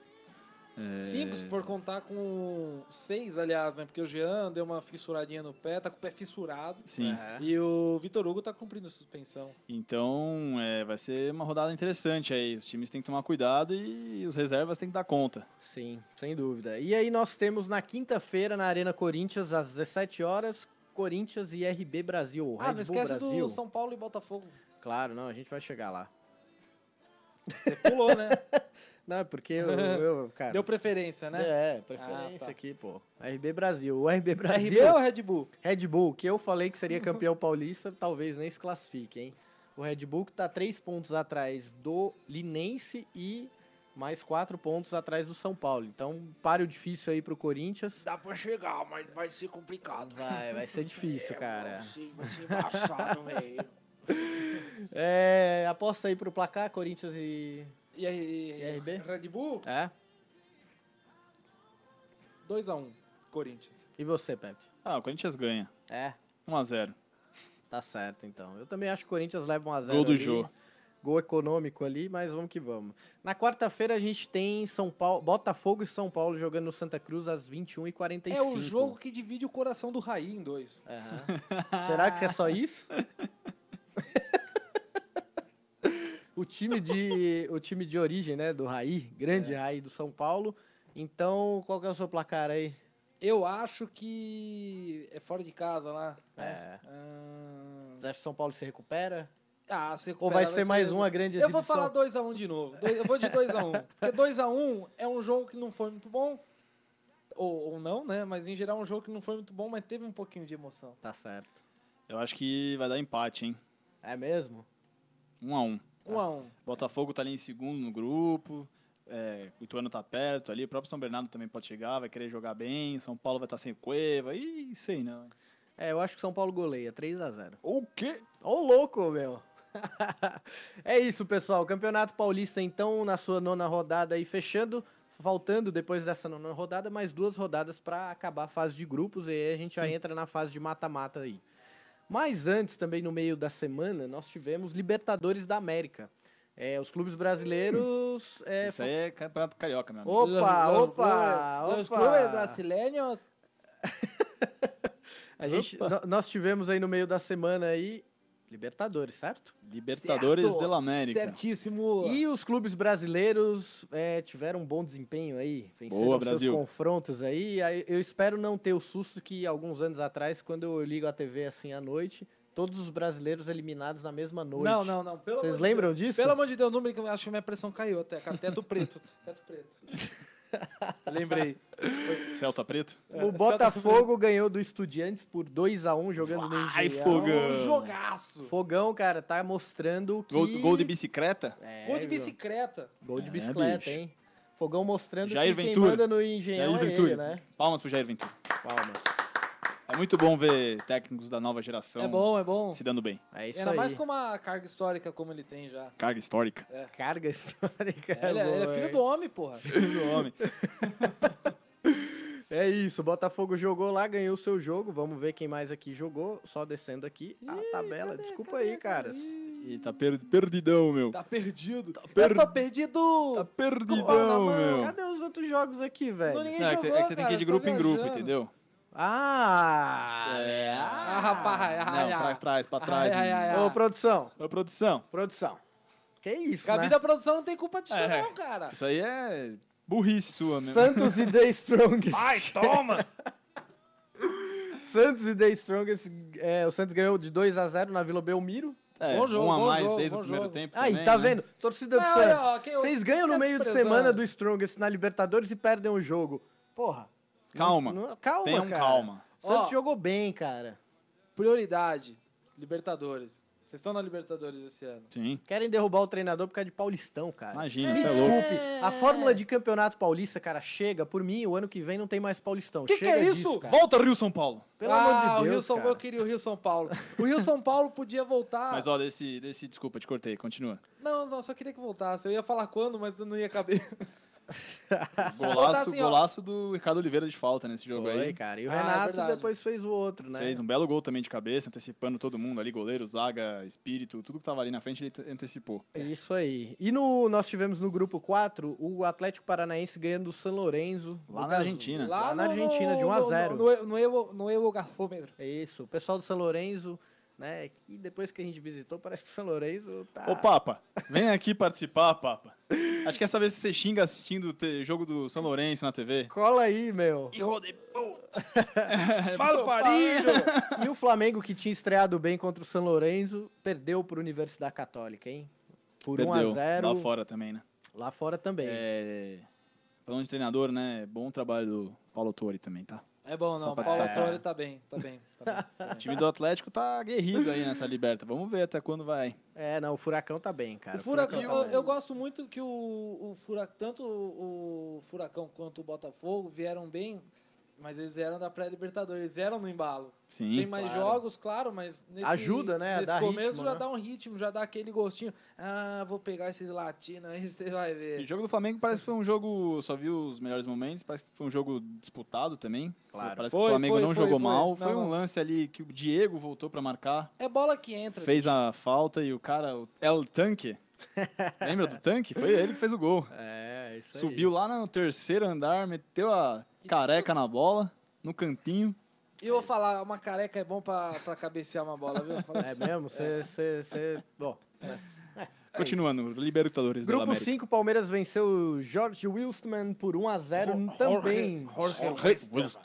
Cinco, se for contar com seis, aliás, né? Porque o Jean deu uma fissuradinha no pé, tá com o pé fissurado.
Sim.
Aham.
E o Vitor Hugo tá cumprindo suspensão.
Então, é, vai ser uma rodada interessante aí. Os times têm que tomar cuidado e os reservas têm que dar conta.
Sim, sem dúvida. E aí nós temos na quinta-feira na Arena Corinthians, às 17 horas, Corinthians e RB Brasil. ou
ah,
Red
não
Bull
esquece
Brasil.
do São Paulo e Botafogo.
Claro, não, a gente vai chegar lá.
Você pulou,
*laughs*
né?
Não, é porque
*laughs*
eu, eu cara...
Deu preferência, né?
É, preferência
Ah, tá.
aqui, pô. RB Brasil. O RB Brasil...
RB É ou Red Bull?
Red Bull, que eu falei que seria campeão
*laughs*
paulista, talvez nem se classifique, hein? O Red Bull que tá três pontos atrás do Linense e mais quatro pontos atrás do São Paulo. Então, páreo difícil aí pro Corinthians.
Dá pra chegar, mas vai ser complicado.
Vai, vai ser É difícil,
*laughs*
É,
cara.
Vai ser, vai ser embaçado, velho.
É, aposta aí pro placar, Corinthians e.
E, aí,
E RB?
Red Bull?
É?
2x1, Corinthians.
E você, Pepe?
Ah, o Corinthians ganha.
É,
1x0.
tá certo então. Eu também acho que o Corinthians leva um a 0
Gol do
ali.
Jô.
Gol econômico ali, mas vamos que vamos. Na quarta-feira a gente tem São Paulo, Botafogo e São Paulo jogando no Santa Cruz às 21h45.
É o jogo que divide o coração do Raí em dois.
Aham. Será que é só isso? *laughs* o, time de, o time de origem, né, do Raí, grande
É.
Raí do São Paulo. Então, qual que é o seu placar aí?
Eu acho que é fora de casa lá. né?
É.
Ah,
Você acha que São Paulo se recupera?
Ah, você
Ou vai ser mais um uma grande exibição?
Eu vou falar 2x1 de novo. Dois- eu vou
*laughs*
de 2x1. Porque 2x1 é um jogo que não foi muito bom. Ou, ou não, né? Mas em geral é um jogo que não foi muito bom, mas teve um pouquinho de emoção.
Tá certo.
Eu acho que vai dar empate, hein?
É mesmo?
1x1.
Tá.
1x1.
Botafogo tá ali em segundo no grupo. É, o Ituano tá perto ali. O próprio São Bernardo também pode chegar, vai querer jogar bem. São Paulo vai estar sem o Cueva. Ih, sei não.
É, eu acho que São Paulo goleia, 3 a 0
O quê?
Ô, louco, meu! *laughs* é isso, pessoal. Campeonato Paulista, então, na sua nona rodada aí, fechando. Faltando, depois dessa nona rodada, mais duas rodadas pra acabar a fase de grupos. E aí a gente já entra na fase de mata-mata aí. Mas antes, também no meio da semana, nós tivemos Libertadores da América. É, os clubes brasileiros... é,
Isso aí é campeonato carioca, meu amigo.
Opa, opa,
Os clubes
opa!
brasileiros
A gente, no- nós tivemos aí no meio da semana aí Libertadores, certo?
Libertadores
Certo.
de la América.
Certíssimo.
E os clubes brasileiros é, tiveram um bom desempenho aí, venceram
Boa,
seus
Brasil.
confrontos aí. Aí Eu espero não ter o susto que alguns anos atrás, quando eu ligo a TV assim à noite, todos os brasileiros eliminados na mesma noite.
Não, não, não. Pelo
Vocês
amor de
lembram
Deus.
disso?
Pelo amor de Deus, não brinca. Acho que minha pressão caiu até, cara. Teto preto. Teto preto.
*laughs*
Lembrei.
Celta Preto.
O
*laughs*
Botafogo ganhou do Estudiantes por 2 a 1 jogando no
Vai,
Engenhão.
Fogão.
Um jogaço.
Fogão, cara, tá mostrando que...
Gol, gol de bicicleta.
É,
Gol de
viu?
bicicleta.
Gol de
É,
bicicleta,
bicho.
hein? Fogão mostrando
Jair
que
Ventura.
quem manda no Engenhão
Jair
é ele,
Ventura.
né?
Palmas pro Jair Ventura.
Palmas.
É muito bom ver técnicos da nova geração
É bom, é bom.
se dando bem.
É Então, isso
Ainda
aí.
mais com uma carga histórica como ele tem
*laughs*
já.
Carga
*laughs*
histórica.
Carga *laughs* histórica.
ele, é- ele
boa,
é filho
hein?
do homem, porra.
Do homem.
É isso, o Botafogo jogou lá, ganhou seu jogo. Vamos ver quem mais aqui jogou. Só descendo aqui a tabela. Desculpa aí, caras.
E tá per- perdidão, meu.
Tá perdido. Tá
per-
Eu tô perdido.
Tá
Bola na
perdidão,
mão,
meu.
Cadê os outros jogos aqui, velho?
Não, ninguém
Não, é que você, é que
jogou,
você tem
cara,
que ir de
tá
grupo em grupo,
viajando.
entendeu?
Ah!
É.
Ah, rapaz, ai, ai,
Não, pra
ai.
trás, pra trás.
Ai, ai,
menino.
ai,
Ô, produção,
Ô, produção.
produção. Que isso,
Gabi
né?
da produção não tem culpa disso,
É.
não, cara.
Isso aí é burrice sua,
né?
meu.
né? Santos e The
*laughs*
Strongest.
Ai, toma!
Santos e The Strongest. é, o Santos ganhou de 2 a 0 na Vila Belmiro.
É,
Bom jogo,
um a
bom
mais
jogo,
desde o
bom
primeiro
jogo.
tempo.
Aí,
também,
tá
né?
vendo? Torcida do
Não,
Santos.
olha, ó, quem-
Vocês ganham no
fica
meio de
desprezando.
semana do Strongest na Libertadores e perdem o jogo. Porra.
Calma.
Não- não- calma,
Tenham
cara.
calma.
Santos
Ó.
jogou bem, cara.
Prioridade. Libertadores. Vocês estão na Libertadores esse ano.
Sim.
Querem derrubar o treinador por causa de Paulistão, cara.
Imagina,
Me
você é louco.
desculpe. A fórmula de campeonato paulista, cara, chega. Por mim, o ano que vem não tem mais Paulistão.
Que que
chega
é
disso,
isso?
cara.
Volta, Rio São Paulo.
Pelo
ah,
amor de
o Rio
Deus,
São
cara.
Paulo, eu queria o Rio São Paulo. O Rio São Paulo podia voltar.
Ah. Mas ó,
*laughs*
desse, desse. Desculpa, te cortei, continua.
Não, não, só queria que voltasse. Eu ia falar quando, mas não ia caber. Botar
Golaço,
assim, ó.
golaço do Ricardo Oliveira de falta nesse jogo
Foi,
aí.
cara. E o
Ah, é
Renato
verdade.
depois fez o outro, né?
Fez um belo gol também de cabeça, antecipando todo mundo ali, goleiro, zaga, espírito, tudo que tava ali na frente ele te- antecipou.
É Isso aí. E no, nós tivemos no grupo 4 o Atlético Paranaense ganhando o San Lorenzo. No
Lá na
caso,
Argentina.
Lá na Argentina, de 1 a 0.
No, no, no, no, Evo- no Evogafômetro.
É isso. O pessoal do San Lorenzo, né? Que depois que a gente visitou, parece que o San Lorenzo tá.
Ô Papa, vem aqui participar, Papa. Acho que essa vez você xinga assistindo o te- jogo do São Lourenço na TV.
Cola aí, meu. É,
Fala, Parilho!
*laughs* E o Flamengo, que tinha estreado bem contra o San Lorenzo, perdeu para Universidade Católica, hein? Por 1 a 0
lá fora também, né?
Lá fora também.
É, falando de treinador, né? Bom trabalho do Paulo Tori também, tá?
É bom,
Só
não.
pra
Paulo
destacar.
Torre tá bem, tá bem. Tá bem, tá
O
bem.
time do Atlético tá aguerrido aí nessa liberta. Vamos ver até quando vai.
É, não, o Furacão tá bem, *laughs* cara.
o Furacão,
tá
eu,
bem.
eu gosto muito que o, o Furacão, tanto o o Furacão quanto o Botafogo vieram bem, mas eles vieram da pré-Libertadores, eles vieram no embalo.
Sim.
Tem mais
claro.
jogos, claro, mas nesse,
Ajuda, né, a
nesse
dar
começo
ritmo,
já
né?
dá um ritmo, já dá aquele gostinho. Ah, vou pegar esses latinos aí, *laughs* você vai
E O
ver.
jogo do Flamengo parece que foi um jogo, só viu os melhores momentos, parece que foi um jogo disputado também.
Claro.
Parece que
Foi,
o Flamengo
foi,
não
foi,
jogou
foi.
mal.
Não,
Foi um
não.
lance ali que o Diego voltou pra marcar,
É bola que entra.
fez a falta e o cara, o El
*laughs*
Tanque, lembra do Tanque? Foi ele que fez o gol.
É, isso aí.
Subiu lá no terceiro andar, meteu a careca na bola, no cantinho.
E eu vou falar, uma careca é bom pra, pra cabecear uma bola, viu? Fala pra
*laughs* É
você.
mesmo? Você. você. Bom. né?
É
Continuando, Libertadores da
Grupo
América.
5, Palmeiras venceu o Jorge Wilstmann por 1x0 também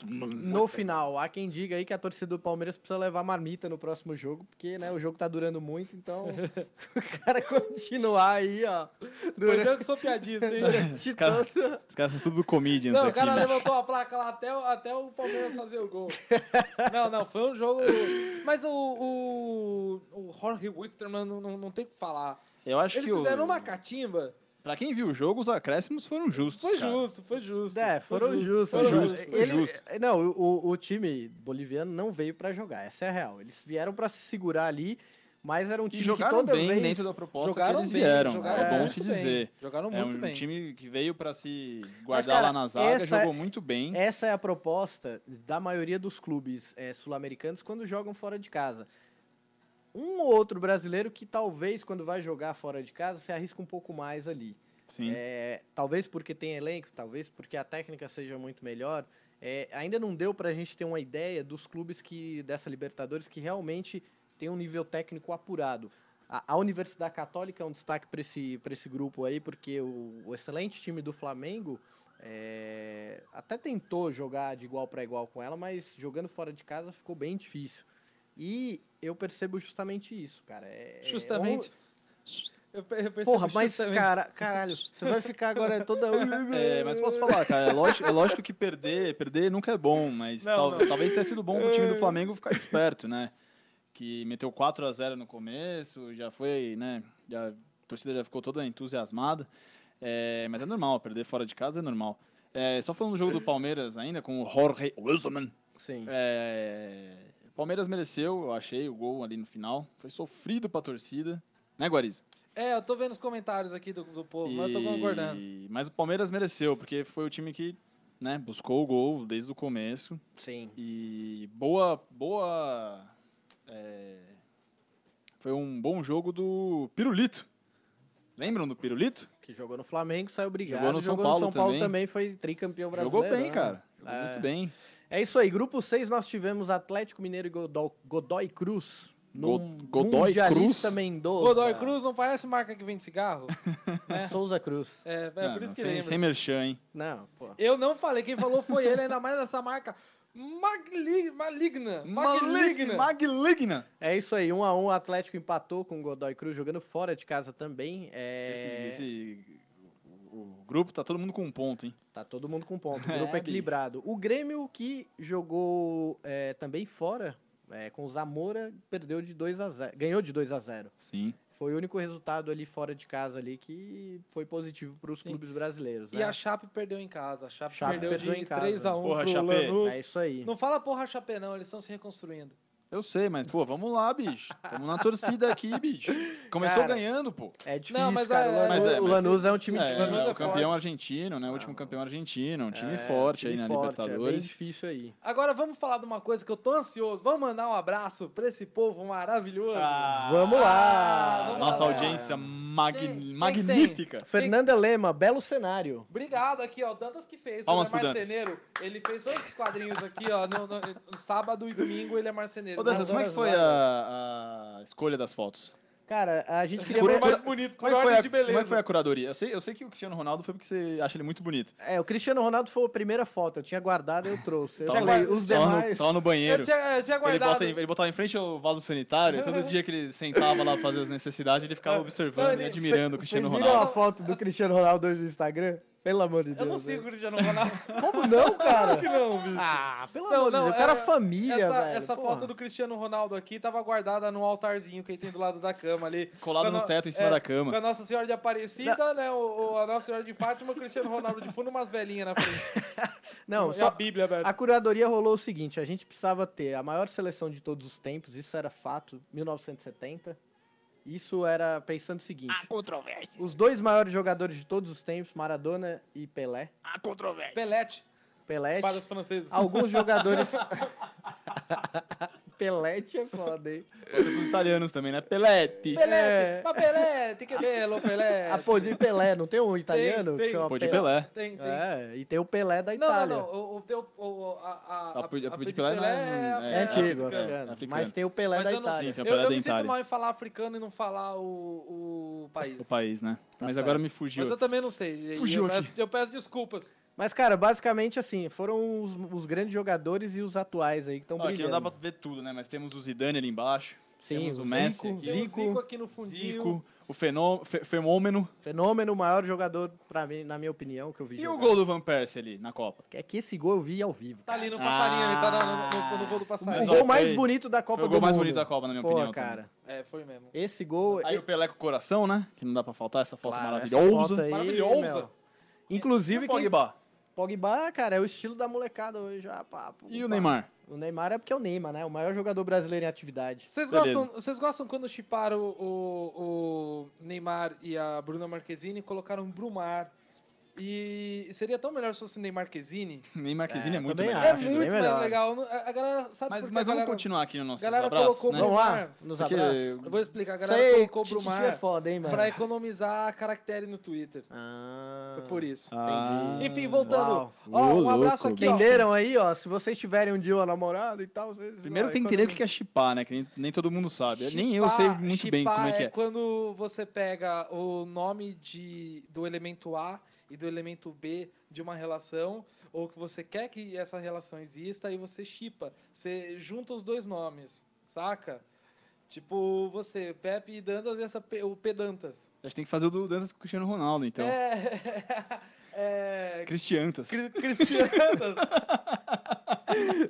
no final. Há quem diga aí que a torcida do Palmeiras precisa levar marmita no próximo jogo, porque né, o jogo tá durando muito, então *laughs* o cara continuar aí, ó.
Foi
Durante
eu é que sou piadista,
*laughs*
hein?
Os é, caras *laughs*
todo.
os caras são tudo do comedians
Não, o
aqui,
cara
né?
levantou a placa lá até, o- até o Palmeiras fazer o gol. Não, não, foi um jogo. Mas o, o, o Jorge Wisterman não, não, não tem o que falar.
Eu acho
Eles
que o-
fizeram uma catimba.
Pra quem viu o jogo, os acréscimos foram justos,
Foi
cara.
justo, foi justo.
É, foram justos.
Foi
foram
Foram
justos,
justos.
foi
Ele-
justo.
Não, o, o time boliviano não veio pra jogar, essa é a real. Eles vieram pra se segurar ali, mas era um
E
time que
jogaram
toda
bem
vez...
dentro da proposta
Jogaram
que eles
bem,
vieram.
jogaram
é bom
muito
se
bem.
dizer.
Jogaram
É
muito
um
bem.
time que veio pra se guardar
cara,
lá na zaga,
essa-
jogou muito bem.
Essa é a proposta da maioria dos clubes eh, sul-americanos quando jogam fora de casa. Um ou outro brasileiro que talvez quando vai jogar fora de casa se arrisca um pouco mais ali.
Sim.
É, talvez porque tem elenco, talvez porque a técnica seja muito melhor. É, ainda não deu pra gente ter uma ideia dos clubes que dessa Libertadores que realmente tem um nível técnico apurado. A, a Universidade Católica é um destaque para esse, pra esse grupo aí, porque o, o excelente time do Flamengo é, até tentou jogar de igual para igual com ela, mas jogando fora de casa ficou bem difícil. E eu percebo justamente isso, cara. É- é um-
Justamente.
um-
Eu pe- eu percebi
Porra, mas
justamente.
cara, caralho, você vai ficar agora *laughs* toda.
É, mas posso falar, cara, é lógico, é lógico que perder, perder nunca é bom, mas
Não,
tal-
não.
talvez tenha sido bom pro
É.
time do Flamengo ficar esperto, né? Que meteu 4 a 0 no começo, já foi, né? já- a torcida já ficou toda entusiasmada. É, mas é normal, perder fora de casa é normal. É, só falando do jogo do Palmeiras ainda, com o Jorge Wilson,
Sim.
É, o Palmeiras mereceu, eu achei, o gol ali no final. Foi sofrido pra torcida. Né, Guariz?
É, eu tô vendo os comentários aqui do, do povo, mas eu tô concordando.
Mas o Palmeiras mereceu, porque foi o time que né, buscou o gol desde o começo.
Sim.
E boa. boa é, foi um bom jogo do Pirulito. Lembram do Pirulito?
Que jogou no Flamengo, saiu brigado.
Jogou no São Paulo também.
foi tricampeão brasileiro.
Jogou bem,
né?
cara. Jogou
É.
muito bem.
É isso aí. Grupo 6, nós tivemos Atlético Mineiro e Godó- Godoy Cruz.
Go-
num
Godoy
Mundialista
Cruz?
Mendoza.
Godoy
*laughs*
Cruz não parece marca que vende cigarro?
Souza Cruz.
É, é
Não,
por isso
não,
que
sem,
lembra.
sem merchan, hein?
Não, pô.
Eu não falei, quem falou foi ele, ainda mais nessa marca magli- maligna. Maligna.
Magligna!
É isso aí. 1 um a 1 um, o Atlético empatou com o Godoy Cruz, jogando fora de casa também.
Esse,
É...
esse- o, o grupo tá todo mundo com um ponto, hein?
Tá todo mundo com ponto.
É,
Grupo
bicho.
equilibrado. O Grêmio que jogou é, também fora, é, com o Zamora, perdeu de 2 a 0, ganhou de 2 a 0.
Sim.
Foi o único resultado ali fora de casa ali que foi positivo para os clubes brasileiros,
E
né?
a Chape perdeu em casa. A Chape,
Chape
perdeu,
perdeu
de
em casa.
3 a 1
Porra,
pro
Chape.
Lanús.
É isso aí.
Não fala porra Chape não, eles estão se reconstruindo.
Eu sei, mas, pô, vamos lá, bicho. Estamos na torcida aqui, bicho. Começou
Cara,
ganhando, pô.
É difícil,
mas
cara.
é-
o Lanús,
Mas é,
o
mas-
Lanús é um time
É,
difícil.
Lanús é
o campeão
forte.
argentino, né? O último campeão argentino. Um time
É,
forte
time
aí na
forte, É bem
Libertadores.
difícil aí.
Agora vamos falar de uma coisa que eu tô ansioso. Vamos mandar um abraço pra esse povo maravilhoso.
Ah.
Vamos lá!
vamos
Nossa
lá.
audiência mag-
Quem- quem
magnífica.
Fernanda Lema, belo cenário.
Obrigado aqui, ó. O Dantas que fez.
Palmas
ele é
pro Dantas.
marceneiro. Ele fez todos esses quadrinhos aqui, ó. No, no- no sábado e domingo ele é marceneiro.
Ô, Dantas,
Nas
como é que
horas
foi
vagas.
a, a escolha das fotos?
Cara, a gente queria.
Por
ver-
mais bonito, por
Como é que foi
ordem
a,
de beleza.
como é que foi a curadoria? Eu sei, eu sei que o Cristiano Ronaldo foi porque você acha ele muito bonito.
É, o Cristiano Ronaldo foi a primeira foto. Eu tinha guardado eu trouxe. Eu
Tava
falei,
no-
os
Tava no-
demais.
tava no banheiro.
Eu tinha, eu tinha
Ele,
guardado.
bota, em- ele botava em frente ao vaso sanitário, todo dia que ele sentava lá pra fazer as necessidades, ele ficava observando e admirando o Cristiano
Vocês viram
Ronaldo.
a foto do Cristiano Ronaldo hoje no Instagram? Pelo amor de Deus.
Eu não sigo o Cristiano Ronaldo. *laughs*
né? Como não, cara?
que não, bicho.
Ah, pelo
Não,
amor de
não,
Deus. O cara é
é-
família,
essa
velho.
essa
porra.
foto do Cristiano Ronaldo aqui tava guardada num altarzinho que ele tem do lado da cama ali.
Colado
Com a
no
no-
teto, em cima
é,
da
Com a
cama.
Nossa Senhora de Aparecida, né? O, o- a Nossa Senhora de Fátima, o Cristiano Ronaldo de fundo, umas velhinhas na frente.
Não,
E
só,
a Bíblia, velho.
A curadoria rolou o seguinte: a gente precisava ter a maior seleção de todos os tempos, isso era fato, 1970. Isso era pensando o seguinte:
Ah,
Há controvérsias.
os dois maiores jogadores de todos os tempos, Maradona e Pelé.
Há controvérsias.
Pelete,
Pelé.
para os franceses.
Alguns jogadores. Pelé é foda, hein?
Pode ser pros italianos também, né? Pelete.
Pelé,
É.
mas Pelé, tem que ver, alô, Pelé.
A Ah, pô de Pelé, não tem um italiano?
tem.
que chama
Pô, de Pelé.
Tem, tem.
É, e tem o Pelé da
não, não,
Itália.
não, o, o teu, o, a, a,
A Pudi- a
a
Pudi
Pudi
Pelé não é-
a-
É antigo,
é,
africano.
é africano.
Mas tem o Pelé
Mas
da
eu não
Itália.
Sim, tem o
Eu,
Pelé é
eu
da
me sinto
Itália.
mal em falar africano e não falar o, o país.
O país, né?
Tá
Mas agora
certo.
me
Mas
fugiu.
eu também não sei. e
Fugiu
eu,
aqui.
peço, eu peço desculpas.
Mas, cara, basicamente assim, foram os, os grandes jogadores e os atuais aí que estão
Ó, aqui não
brilhando.
dá pra ver tudo, né? Mas temos o Zidane ali embaixo.
Sim,
temos o
o
Messi
Zico,
aqui.
Tem o
Zico,
Zico aqui no fundinho.
Zico, o fenô- fe- Fenômeno.
Fenômeno, o maior jogador, pra mim, na minha opinião, que eu vi.
E
jogar.
o gol do Van Persie ali, na Copa?
É que esse gol eu vi ao vivo.
Tá
cara.
ali no passarinho, ele tá no, no, no, no gol do
O
Mas,
passarinho.
ó,
gol mais
foi-
bonito da Copa
Foi o
do
gol mais
Mundo.
bonito da Copa, na minha
Pô,
opinião.
cara.
É, foi mesmo.
Esse gol.
também. Aí o Pelé com o coração, né? Que não dá pra faltar essa foto
Claro, essa foto
maravilhosa.
aí,
maravilhosa.
meu. Inclusive,
E o
quem-
Pogba?
Pogba, cara, é o estilo da molecada hoje. Ah, pá, pô,
E
pá.
o Neymar?
O Neymar é porque é o Neymar, né? O maior jogador brasileiro em atividade.
Vocês
Beleza.
gostam, vocês gostam quando chiparam o, o Neymar e a Bruna Marquezine e colocaram Brumar? E seria tão melhor se fosse Neymar Marquezine.
Neymar Marquezine é,
É,
muito
também
melhor.
acho. um
É
bem
muito mais
melhor.
legal. não- A a galera
Mas,
sabe por que
mas
a
vamos
galera-
continuar aqui no nosso
galera
abraços,
colocou
né?
Vamos lá,
Neymar,
nos
Porque
abraços.
Eu vou explicar. A
Isso
galera
aí,
colocou
Tititi é
Brumar
foda,
né?
hein, mano?
pra economizar caractere no Twitter.
Ah,
Foi por isso.
Ah,
Enfim, voltando.
Uau.
Ó,
Ô,
um abraço
louco,
aqui, ó.
Entenderam aí, ó? Se vocês tiverem um dia uma namorada e tal, vocês.
Primeiro
ó,
tem que entender o
economiza.
que é chipar, né? Que nem, nem todo mundo sabe. nem eu
Shippar-
sei muito bem
shippar
como é que é.
quando você pega o nome de, do elemento A e do elemento B de uma relação, ou que você quer que essa relação exista, e você chipa. Você junta os dois nomes, saca? Tipo, você, Pepe e Dantas e essa, Pe- o Pedantas.
A gente tem que fazer o do Dantas com o Cristiano Ronaldo, então.
É. *laughs* é
Cristiantas.
Cri- Cristianas.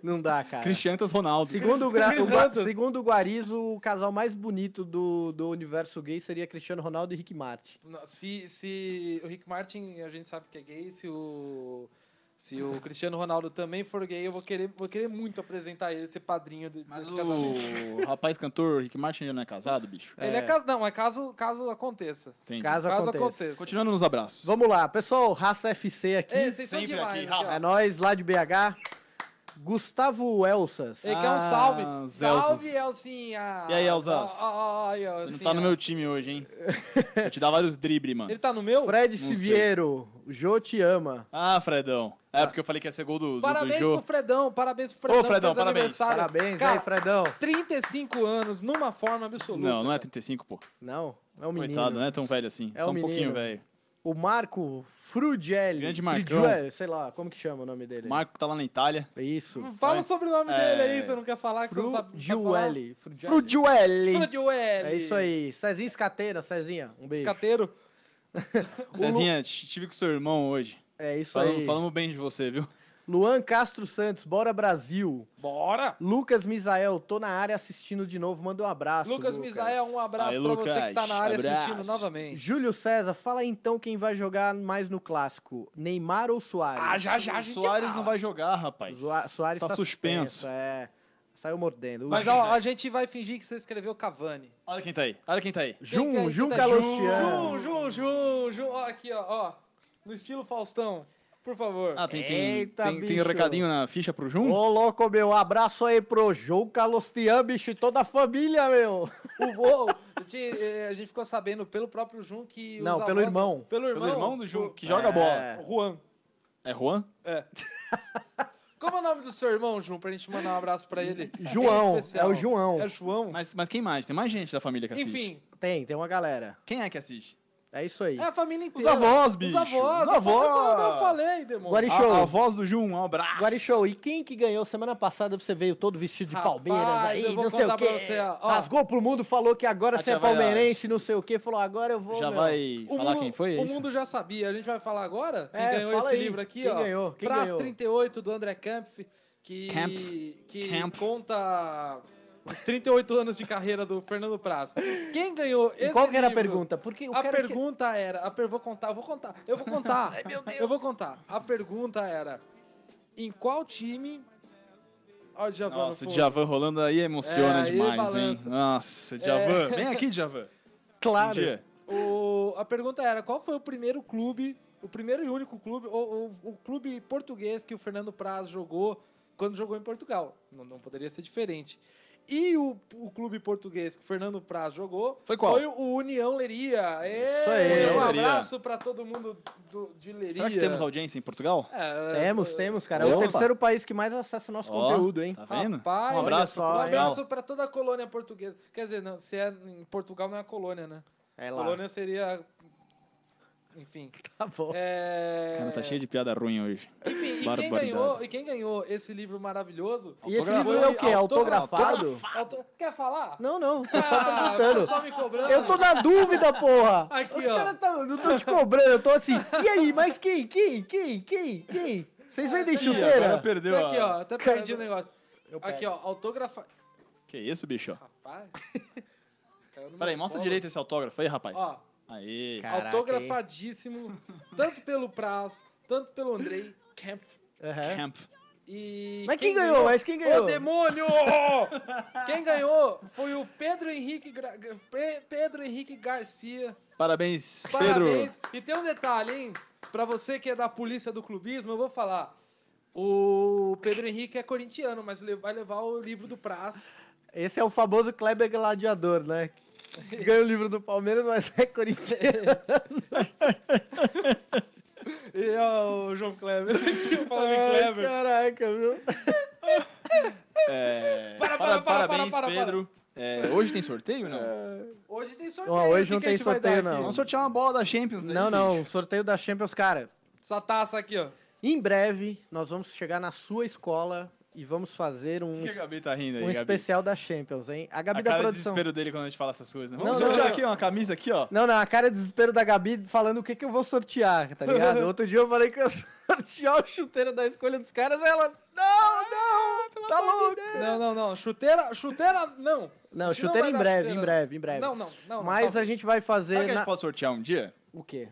Não dá, cara.
Cristiantas Ronaldo.
Segundo o, Gra- o Gua-
Santos.
segundo o Guarizo, o casal mais bonito do, do universo gay seria Cristiano Ronaldo e Rick Martin.
Não, se, se o Rick Martin, a gente sabe que é gay, se o, se o Cristiano Ronaldo também for gay, eu vou querer, vou querer muito apresentar ele, ser padrinho de,
Mas
desse
tá
casamento.
o rapaz cantor Rick Martin já não é casado, bicho?
Ele é caso, não, é caso, caso aconteça.
Entendi.
Caso,
Caso
aconteça.
aconteça.
Continuando nos abraços.
Vamos lá, pessoal, Raça FC aqui.
Ei, vocês são
sempre
demais,
aqui,
né, cara?
É nós lá de BH. Gustavo Elsas.
Ele quer um
Ah,
salve.
os
salve,
Elzas.
Elcinha!
E aí, Elzas?
Ó, ó, ó,
Você
aí,
não
assim,
Elcinha.
tá no meu time hoje,
*laughs*
hein? Vou te dar vários dribles, mano.
Ele tá no meu?
Fred
não sei.
Siviero. Jô te ama.
Ah, Fredão. É, porque eu falei que ia ser gol do, do, do
Parabéns pro
Jô.
Fredão, parabéns pro Fredão.
Fredão,
fez
parabéns.
aniversário.
Parabéns
Cara,
aí, Fredão.
35 anos, numa forma absoluta.
Não, não é
cara.
35, pô.
Não, é um menino.
Coitado, não é tão velho assim.
É
Só
um
um pouquinho
menino.
velho.
O Marco Frugelli.
Grande Marcão.
Frugelli, sei lá, como que chama o nome dele?
Marco tá lá na Itália.
É Isso.
Hum, Fala o sobrenome
É.
dele aí, você não quer falar que você não sabe. sabe falar?
Frugelli. Frugelli.
Frugiuelli.
Frudiueli.
É isso aí. Cezinha Escatena, Cezinha. Um beijo.
Escateiro.
Cezinha, estive com seu irmão hoje.
É isso
Falamos,
aí.
falamos bem de você, viu?
Luan Castro Santos, bora Brasil.
Bora!
Lucas Misael, tô na área assistindo de novo. Manda um abraço.
Lucas Misael, um abraço
Aí,
pra você
Lucas,
que tá na área
abraço.
assistindo novamente.
Júlio César, fala então quem vai jogar mais no clássico: Neymar ou Soares?
Ah, já, já, a
O
gente
Soares
fala.
não vai jogar, rapaz.
Zoa- Soares tá
tá suspenso.
É. Saiu mordendo.
Mas ó, a gente vai fingir que você escreveu Cavani.
Olha quem tá aí. Olha quem tá aí.
Quem que é
Jun,
aí?
Jun
Quem tá aí?
Calostiano.
Jun, Jun, Jun, Jun. Ó, aqui, ó, ó. No estilo Faustão. Por favor.
Ah, tem, tem,
Eita,
tem, tem
bicho.
recadinho na ficha pro Jun?
Ô, louco, meu, abraço aí pro Jun Calostiano, bicho, e toda a família, meu.
O vô, eu te- eh, a gente ficou sabendo pelo próprio Jun que. os
Não, pelo
avós-
irmão.
Pelo irmão.
Pelo irmão do Jun,
o-
que joga
É.
bola.
Juan.
É Juan?
Como é o nome do seu irmão, Jun, pra gente mandar um abraço pra ele?
*laughs* João,
Bem especial.
é o João.
É João.
Mas, mas quem mais? Tem mais gente da família que assiste.
Enfim,
Tem, tem uma galera.
Quem é que assiste?
É isso aí.
é a família
Os
inteira.
avós, bicho.
Os avós.
Os avós.
Eu falei, demônio.
Guari-
A, a voz do Jun, um abraço.
Guarichou, e quem que ganhou semana passada? Você veio todo vestido de
Rapaz,
Palmeiras aí,
eu vou
não sei
contar
o quê.
pra você, ó. Ó.
Rasgou pro mundo, falou que agora
Ah,
você é
já vai lá.
palmeirense, não sei o quê. Falou, agora eu vou.
Já
meu.
vai
O
falar
mundo-
quem foi? é
O
isso?
mundo já sabia. A gente vai falar agora. Quem
É,
ganhou
fala
esse
aí.
livro aqui,
Quem
ó.
ganhou? Quem
Pras
ganhou?
38 do André Kempf, que,
Kempf.
que
Kempf.
conta os 38 anos de carreira do Fernando Praz. Quem ganhou
E
esse
qual que era a
livro?
pergunta? Porque o
a
cara tinha-
pergunta era, a per... vou contar, eu vou contar, eu vou contar, eu vou contar. A pergunta era, em qual time... Ó, o Djavan no
Nossa, o
fundo.
Djavan rolando aí emociona
tá É, aí
demais, hein?
balança.
Nossa, Djavan. Vem aqui, Djavan. Um
Claro.
dia.
O- a pergunta era, qual foi o primeiro clube, o primeiro e único clube, o, o- o clube português que o Fernando Praz jogou quando jogou em Portugal? Não, não poderia ser diferente. E o, o clube português que o Fernando Praz jogou
Foi qual?
o União Leria.
Isso aí.
Um
União Leria.
abraço para todo mundo do- de Leria.
Será que temos audiência em Portugal?
É,
Temos, temos, cara. É o
Opa.
terceiro país que mais acessa o nosso
Ó,
conteúdo, hein?
Tá vendo?
Rapaz,
um abraço.
olha só,
Um
hein?
abraço para toda a colônia portuguesa. Quer dizer, não, se é em Portugal não é a colônia, né?
É lá.
Colônia seria. Enfim.
*laughs* Tá bom.
É...
Cara, tá cheio de piada ruim hoje.
Enfim, e quem,
barbaridade.
ganhou, e quem ganhou esse livro maravilhoso?
E esse
Autografado.
livro é o quê? Autografado?
Auto- Quer falar?
Não, não. O pessoal tá
Ah,
perguntando.
o pessoal me cobrando.
Eu tô na dúvida, porra!
Aqui,
Os
ó.
caras tá, não tô te cobrando, eu tô assim. E aí, mas quem, quem, quem, quem, quem? Vocês vendem
Ih, agora
chuteira?
perdeu.
Tá aqui,
a-
ó. Até
Cara,
perdi o negócio. Aqui, ó. Autografar.
Que isso, bicho?
Rapaz. caiu no
Peraí,
meu
mostra
colo.
direito esse autógrafo aí, rapaz.
Ó,
Aí.
Cara. Caraca, hein?
autografadíssimo. Tanto pelo Praz, tanto pelo Andrei Kempf.
Aham.
Camp.
E
Mas quem ganhou? Mas quem ganhou? *laughs*
O demônio! quem ganhou foi o Pedro Henrique, Gra- Pe- Pedro Henrique Garcia.
Parabéns, Pedro.
Parabéns. E tem um detalhe, hein? Pra você que é da polícia do clubismo, eu vou falar. O Pedro Henrique é corintiano, mas le- vai levar o livro do Praz.
Esse é o famoso Kleber Gladiador, né? Ganha o livro do Palmeiras, mas é
*laughs*
corintiano.
E ó, o João Kleber. Aqui, falando em
Ai,
Kleber.
Caraca, viu?
É,
Para, para,
para-
para,
parabéns,
para, para,
Pedro. É, hoje tem sorteio não?
Hoje tem sorteio.
Ó, hoje
o que
não
que a
tem
gente vai dar
sorteio,
aqui?
não.
Vamos sortear uma bola da Champions. aí,
Não, não,
bicho.
sorteio da Champions, cara.
Essa taça aqui, ó.
Em breve, nós vamos chegar na sua escola e vamos fazer um,
Por que a Gabi tá rindo aí,
um
Gabi?
especial da Champions, hein? A Gabi
a
da
cara de
produção.
desespero dele quando a gente fala essas coisas, né?
Não,
Vamos
não,
sortear
não.
aqui, ó, uma camisa aqui, ó.
Não, não, a cara de desespero da Gabi falando o que, que eu vou sortear, tá
*laughs*
ligado? Outro dia eu falei que eu *laughs* ia sortear o chuteiro da escolha dos caras, aí ela. Não,
Ah,
não, tá louco.
Não, não, não. Chuteira, chuteira, não.
Não,
A gente
chuteiro
vai
em
dar
breve,
chuteira,
em breve, em breve.
Não, não, não. não,
Mas a
talvez.
gente vai
Sabe
fazer.
que a gente
na-
pode sortear um dia?
O quê?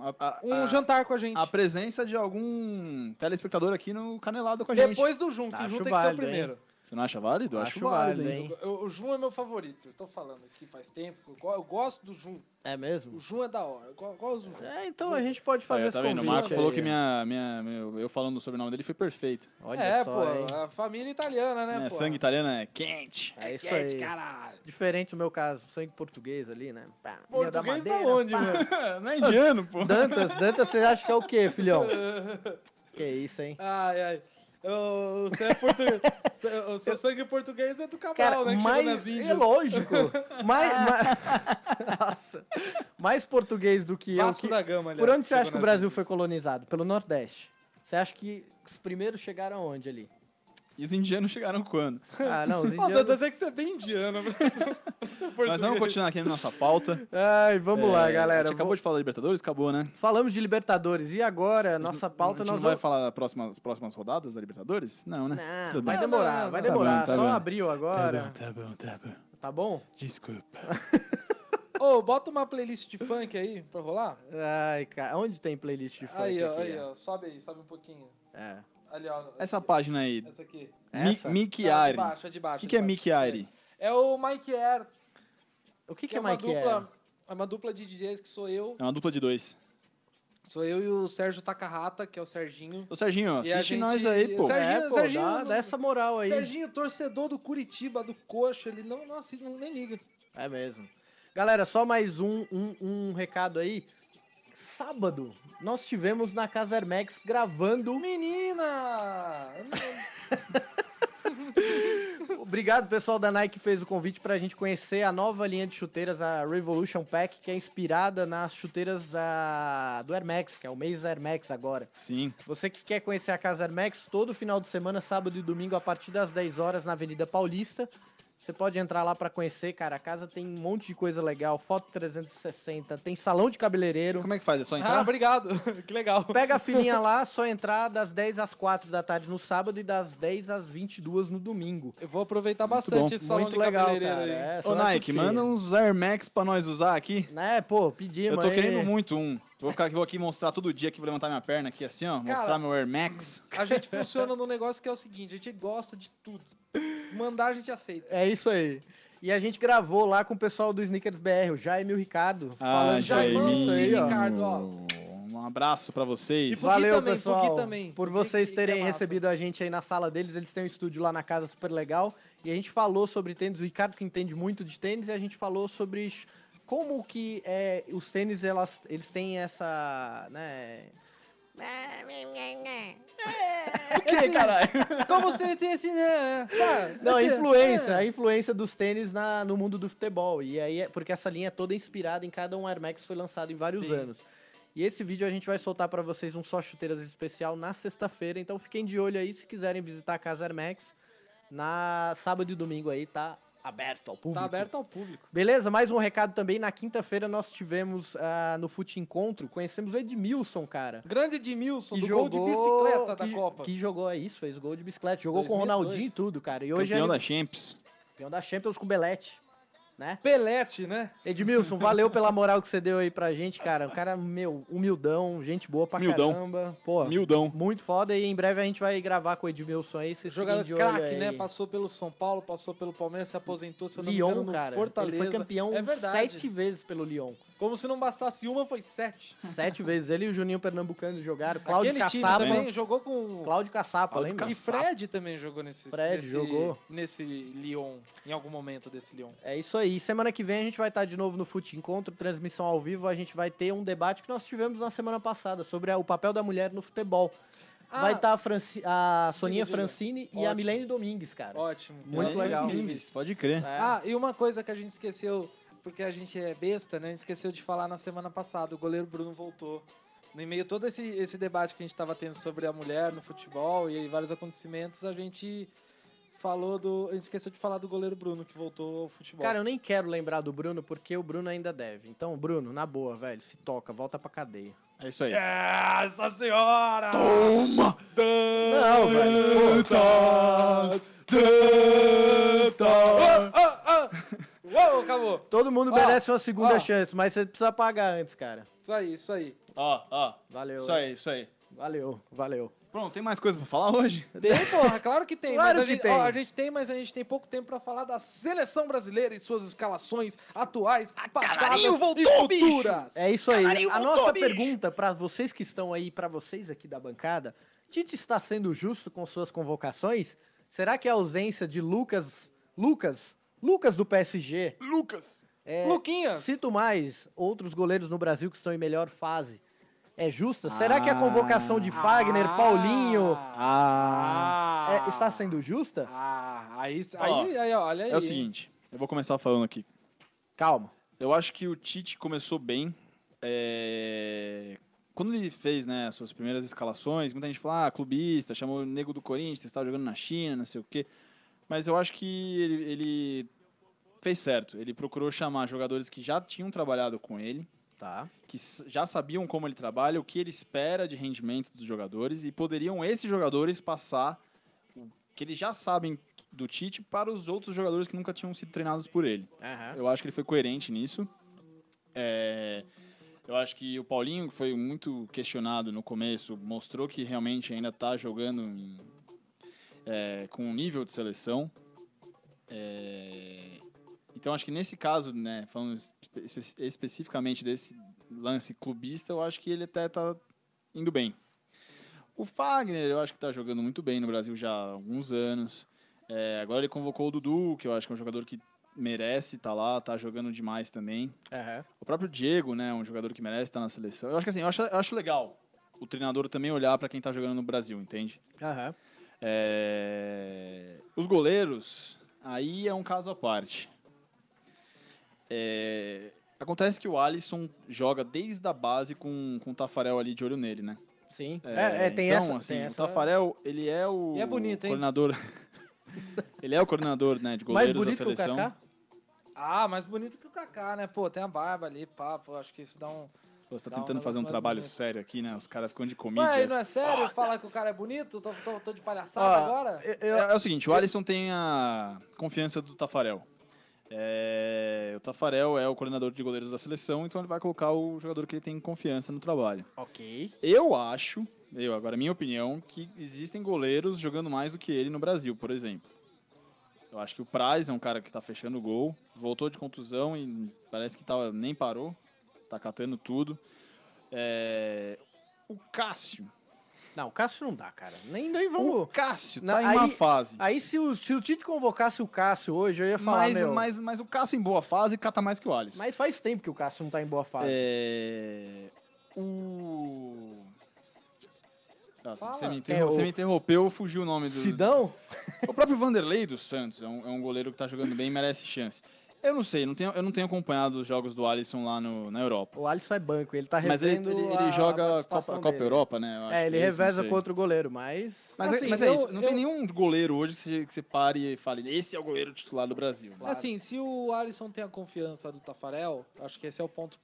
A- a-
Um
Ah.
a-
jantar com a gente.
a presença de algum telespectador aqui no Canelado com a gente.
Depois do Jun, que o
Acho
Jun tem que ser o
válido, hein?
primeiro.
Você não acha válido? Eu acho,
Acho
válido,
válido,
hein?
hein?
Eu- O Jun é meu favorito. Eu tô falando aqui faz tempo. Eu, go- eu gosto do Jun.
É
O
mesmo?
Jun é da hora. Eu go- gosto do Jun.
É, então a gente pode fazer
Aí,
esse
tá vendo? O
convite
Marco falou
aí.
que minha, minha, meu- eu falando o sobrenome dele foi perfeito.
Olha
é,
só,
pô.
hein? tá-
A família italiana, né,
Né,
pô?
Sangue italiano é quente.
É isso
Gente,
aí.
caralho.
Diferente do meu caso, sangue português ali, né? Pá, Ilha
Português da onde, Né?
pá. *laughs*
mano?
não é indiano, pô.
Dantas, Dantas, você acha que é o quê, filhão? que isso, hein?
*laughs* Ai, ai. Ô, Você é português. Cê- O seu sangue português é do Cabral,
Cara,
né? Que chegou nas
mais,
Índias.
é lógico. mais, ma- *laughs* Nossa. mais português do que
Vasco
eu. é que-
da Gama, aliás,
Por onde você acha que
chegou
o
nas
Brasil
Índias.
foi colonizado? Pelo Nordeste. Você acha que os primeiros chegaram aonde ali?
E os indianos chegaram quando?
Ah, *laughs* não, os
Ó,
indianos...
Dantas, é que você é bem indiano. né? *laughs* Você é
Mas vamos
português.
continuar aqui na nossa pauta.
Ai, *laughs* vamos lá,
É,
galera.
A gente acabou de falar da Libertadores, acabou, né?
Falamos de Libertadores. E agora, nossa pauta,
a gente
nós
não vai
vamos...
falar das próximas, as próximas rodadas da Libertadores? Não, né?
Não,
Tudo
vai
bem.
demorar,
não, não,
vai
não.
Tá
demorar.
bom, tá
Só
bom.
abriu agora.
Tá bom, tá bom, tá bom.
Tá bom?
Desculpa.
Ô, bota uma playlist de funk aí pra rolar.
Ai, cara, onde tem playlist de funk
Aí, ó,
aqui?
aí, ó. Sobe aí, sobe um pouquinho.
É.
Ali, ó.
Essa página aí,
Essa aqui.
Mi-
Essa?
Mick
Não, de
Ayre.
baixo, é de
O
baixo.
que,
é
que é
de baixo.
Mick Ayre?
É o Mike Air.
O que, que,
é
é
uma
Mike
dupla. É uma dupla de DJs que sou eu.
É uma dupla de dois.
Sou eu e o Sérgio Takahata, que é o Serginho.
Ô, Serginho,
E a
assiste
gente-
nós aí, pô.
É,
Serginho-
pô,
Serginho
dá,
não-
dá essa moral aí.
Serginho, torcedor do Curitiba, do Coxa, ele não, não assiste, não, nem liga.
É mesmo. Galera, só mais um, um, um recado aí. Sábado, nós tivemos na Casa Hermex gravando.
Menina! Eu não-
Obrigado, pessoal da Nike, que fez o convite para a gente conhecer a nova linha de chuteiras, a Revolution Pack, que é inspirada nas chuteiras ah, do Air Max, que é o mês Air Max agora.
Sim.
Você que quer conhecer a Casa Hermex, todo final de semana, sábado e domingo, a partir das 10 horas, na Avenida Paulista. Você pode entrar lá para conhecer, cara. A casa tem um monte de coisa legal, foto 360, tem salão de cabeleireiro.
Como é que faz? É só
Ah,
entrar?
obrigado. *laughs* que legal.
Pega a filhinha
*laughs*
lá, só entrar das 10 às 4 da tarde no sábado e das 10 às 22 no domingo.
Eu vou aproveitar
bom.
bastante esse salão
Muito
de
legal,
cabeleireiro
cara.
aí.
É,
Ô,
salão de
Nike,
chuteira.
manda uns Air Max pra nós usar aqui.
Né, pô, pedimos
Eu tô
aí.
querendo muito um. Vou ficar aqui, vou aqui mostrar todo dia aqui, vou levantar minha perna aqui assim, ó.
Cara,
mostrar meu Air Max.
A gente funciona num negócio que é o seguinte, a gente gosta de tudo. Mandar a gente aceita.
É isso aí. E a gente gravou lá com o pessoal do Sneakers BR, o Jaime e o Ricardo.
Ah,
falando sobre
Jaime
isso aí,
e
ó.
Ricardo, ó.
Um abraço pra vocês.
E por-
Valeu,
também,
pessoal,
Puki também.
por
Puki
vocês
que- que é
terem
massa.
recebido a gente aí na sala deles. Eles têm um estúdio lá na casa super legal. E a gente falou sobre tênis, o Ricardo que entende muito de tênis, e a gente falou sobre ch- como que é, os tênis, elas, eles têm essa, né...
Esse- Assim, *laughs* Como você tem esse, né? Sabe?
Não, a
Esse- é.
influência, é
Tá
a influência dos tênis na, no mundo do futebol. E aí, é- porque essa linha é toda inspirada em cada um Air Max foi lançado em vários
Sim.
anos. E esse vídeo a gente vai soltar pra vocês um só chuteiras especial na sexta-feira, então fiquem de olho aí se quiserem visitar a casa Air Max na sábado e domingo aí, tá aberto ao público.
Tá aberto ao público.
Beleza, mais um recado também. Na quinta-feira nós tivemos ah, no Fute Encontro, conhecemos o Edmilson, cara.
Grande Edmilson,
que
do gol de bicicleta da
que-
Copa.
Que jogou, é isso, fez gol de bicicleta. Jogou com o
2002.
Ronaldinho e tudo, cara. E hoje é
Campeão da Champions.
Campeão da Champions com o Belete, né?
Pelete, né?
Edmilson, valeu pela moral que você deu aí pra gente, cara. Um cara, meu, humildão, gente boa pra
Humildão.
caramba. Pô,
Humildão.
muito foda. E em breve a gente vai gravar com o Edmilson aí. Vocês
Jogador
fiquem de olho
craque,
aí.
né? Passou pelo São Paulo, passou pelo Palmeiras, se aposentou, se eu não me
Lyon,
engano, no
cara.
Fortaleza.
Ele foi campeão
é verdade.
sete vezes pelo
*laughs*
Lyon.
Como se não bastasse uma, foi sete.
Sete vezes. Ele e o Juninho Pernambucano jogaram. Cláudio
Aquele time
Caçapa.
também jogou com...
Cláudio Caçapa,
Cláudio
lembra?
E Fred também jogou nesse...
Fred
nesse-
jogou.
Nesse Lyon, em algum momento desse Lyon.
É isso aí. Semana que vem a gente vai estar de novo no Fute Encontro, transmissão ao vivo. A gente vai ter um debate que nós tivemos na semana passada sobre a- o papel da mulher no futebol. vai
Ah,
estar a, Franci- a Soninha
diga, diga.
Francini e a
Ótimo.
Milene Domingues, cara.
Ótimo.
Muito
Elas são
legal.
incríveis.
É, Pode crer.
É.
Ah, e uma coisa que a gente esqueceu, porque a gente é besta, né? A gente esqueceu de falar na semana passada. O goleiro Bruno voltou. No meio todo esse, esse debate que a gente estava tendo sobre a mulher no futebol e vários acontecimentos, a gente falou do. A gente esqueceu de falar do goleiro Bruno, que voltou ao futebol.
Cara, eu nem quero lembrar do Bruno porque o Bruno ainda deve. Então, Bruno, na boa, velho, se toca, volta pra cadeia.
É isso aí.
Essa senhora!
Não, velho. pô.
Ah, Uou, acabou!
Todo mundo
Ó,
merece uma segunda
ó.
chance, mas você precisa pagar antes, cara.
Isso aí, isso aí.
Ó, ó.
Valeu.
Isso aí, isso aí.
Valeu, valeu.
Pronto, tem mais coisa pra falar hoje?
Tem, porra, claro que tem.
Claro
mas a
que
gente,
tem.
ó, a gente tem, mas a gente tem pouco tempo pra falar da seleção brasileira e suas escalações atuais,
Ah,
passadas
Canarinho
e
voltou, bicho!
futuras.
É isso aí.
Caralho,
A
voltou,
nossa
bicho.
pergunta pra vocês que estão aí, pra vocês aqui da bancada, Tite está sendo justo com suas convocações? Será que a ausência de Lucas, Lucas, Lucas do PSG
Lucas.
Luquinha,
Cito é, mais outros goleiros no Brasil que estão em melhor fase. É justa? Será que a convocação de Fagner,
Ah.
Paulinho,
Ah.
é, está sendo justa?
Ah, aí,
Ó,
aí, aí, ó, olha aí.
É o seguinte, eu vou começar falando aqui.
Calma.
Eu acho que o Tite começou bem. é, Quando ele fez né, as suas primeiras escalações, muita gente fala, ah, clubista, chamou o nego do Corinthians, estava jogando na China, não sei o quê. Mas eu acho que ele, ele fez certo. Ele procurou chamar jogadores que já tinham trabalhado com ele,
Tá.
que s- já sabiam como ele trabalha, o que ele espera de rendimento dos jogadores, e poderiam esses jogadores passar o que eles já sabem do Tite para os outros jogadores que nunca tinham sido treinados por ele. Eu acho que ele foi coerente nisso. É, Eu acho que o Paulinho, que foi muito questionado no começo, mostrou que realmente ainda está jogando em- é, com um nível de seleção. É, então, acho que nesse caso, né, falando espe- espe- especificamente desse lance clubista, eu acho que ele até está indo bem. O Fagner, eu acho que está jogando muito bem no Brasil já há alguns anos. É, agora ele convocou o Dudu, que eu acho que é um jogador que merece estar lá, está jogando demais também.
Aham.
O próprio Diego, né, um jogador que merece estar na seleção. Eu acho que assim, eu acho, eu acho legal o treinador também olhar para quem tá jogando no Brasil, entende?
Aham.
É, Os goleiros, aí é um caso à parte. É, Acontece que o Alisson joga desde a base com, com o Tafarel ali de olho nele, né?
Sim. É, é, tem
então,
essa.
assim,
tem
o
essa...
Tafarel, ele é o
E é bonito, hein?
coordenador... *laughs* ele é o coordenador né, de
Mais
goleiros da
bonito que o
seleção.
Kaká.
Ah, mais bonito que o Kaká, né? Pô, tem a barba ali, pá, pô, acho que isso dá um...
Pô, você tá
Dá um
tentando fazer um
negócio mais
trabalho
bonito.
sério aqui, né? Os caras ficam de comida.
Ué, não é sério falar que o cara é bonito? Tô, tô- tô de palhaçada
Ó,
agora?
Eu- eu-
É, é o seguinte, o Alisson tem a confiança do Tafarel. É, o Tafarel é o coordenador de goleiros da seleção, então ele vai colocar o jogador que ele tem confiança no trabalho.
Ok.
Eu acho, eu agora é minha opinião, que existem goleiros jogando mais do que ele no Brasil, por exemplo. Eu acho que o Praz é um cara que tá fechando o gol, voltou de contusão e parece que tava, nem parou, tá catando tudo. É, o Cássio,
Não, o Cássio não dá, cara. Nem, nem
o
vamos.
Cássio tá
Não,
em má
aí-
fase.
Aí se o, se o Tite convocasse o Cássio hoje, eu ia falar,
mas,
meu,
mas, mas o Cássio em boa fase cata mais que o Alisson.
Mas faz tempo que o Cássio não tá em boa fase.
É... O... Nossa,
Fala.
você, me
É,
interrom-
o-
você me interrompeu, fugiu o nome do...
Sidão?
*laughs* O próprio Vanderlei dos Santos é um, é um goleiro que tá jogando bem e merece chance. Eu não sei, não tenho- eu não tenho acompanhado os jogos do Alisson lá no- na Europa.
O Alisson é banco, ele tá
Mas ele,
revendo
ele- ele
a- a
joga a
participação
Copa, Copa
dele.
Europa, né? Eu acho
É, ele
que isso, não
reveza
sei.
com outro goleiro, mas...
Mas, é-
Assim,
mas é
eu-
isso, não
eu-
tem nenhum goleiro hoje que você, que você pare e fale, esse é o goleiro titular do Brasil.
Assim, se o Alisson tem a confiança do Tafarel, acho que esse é o ponto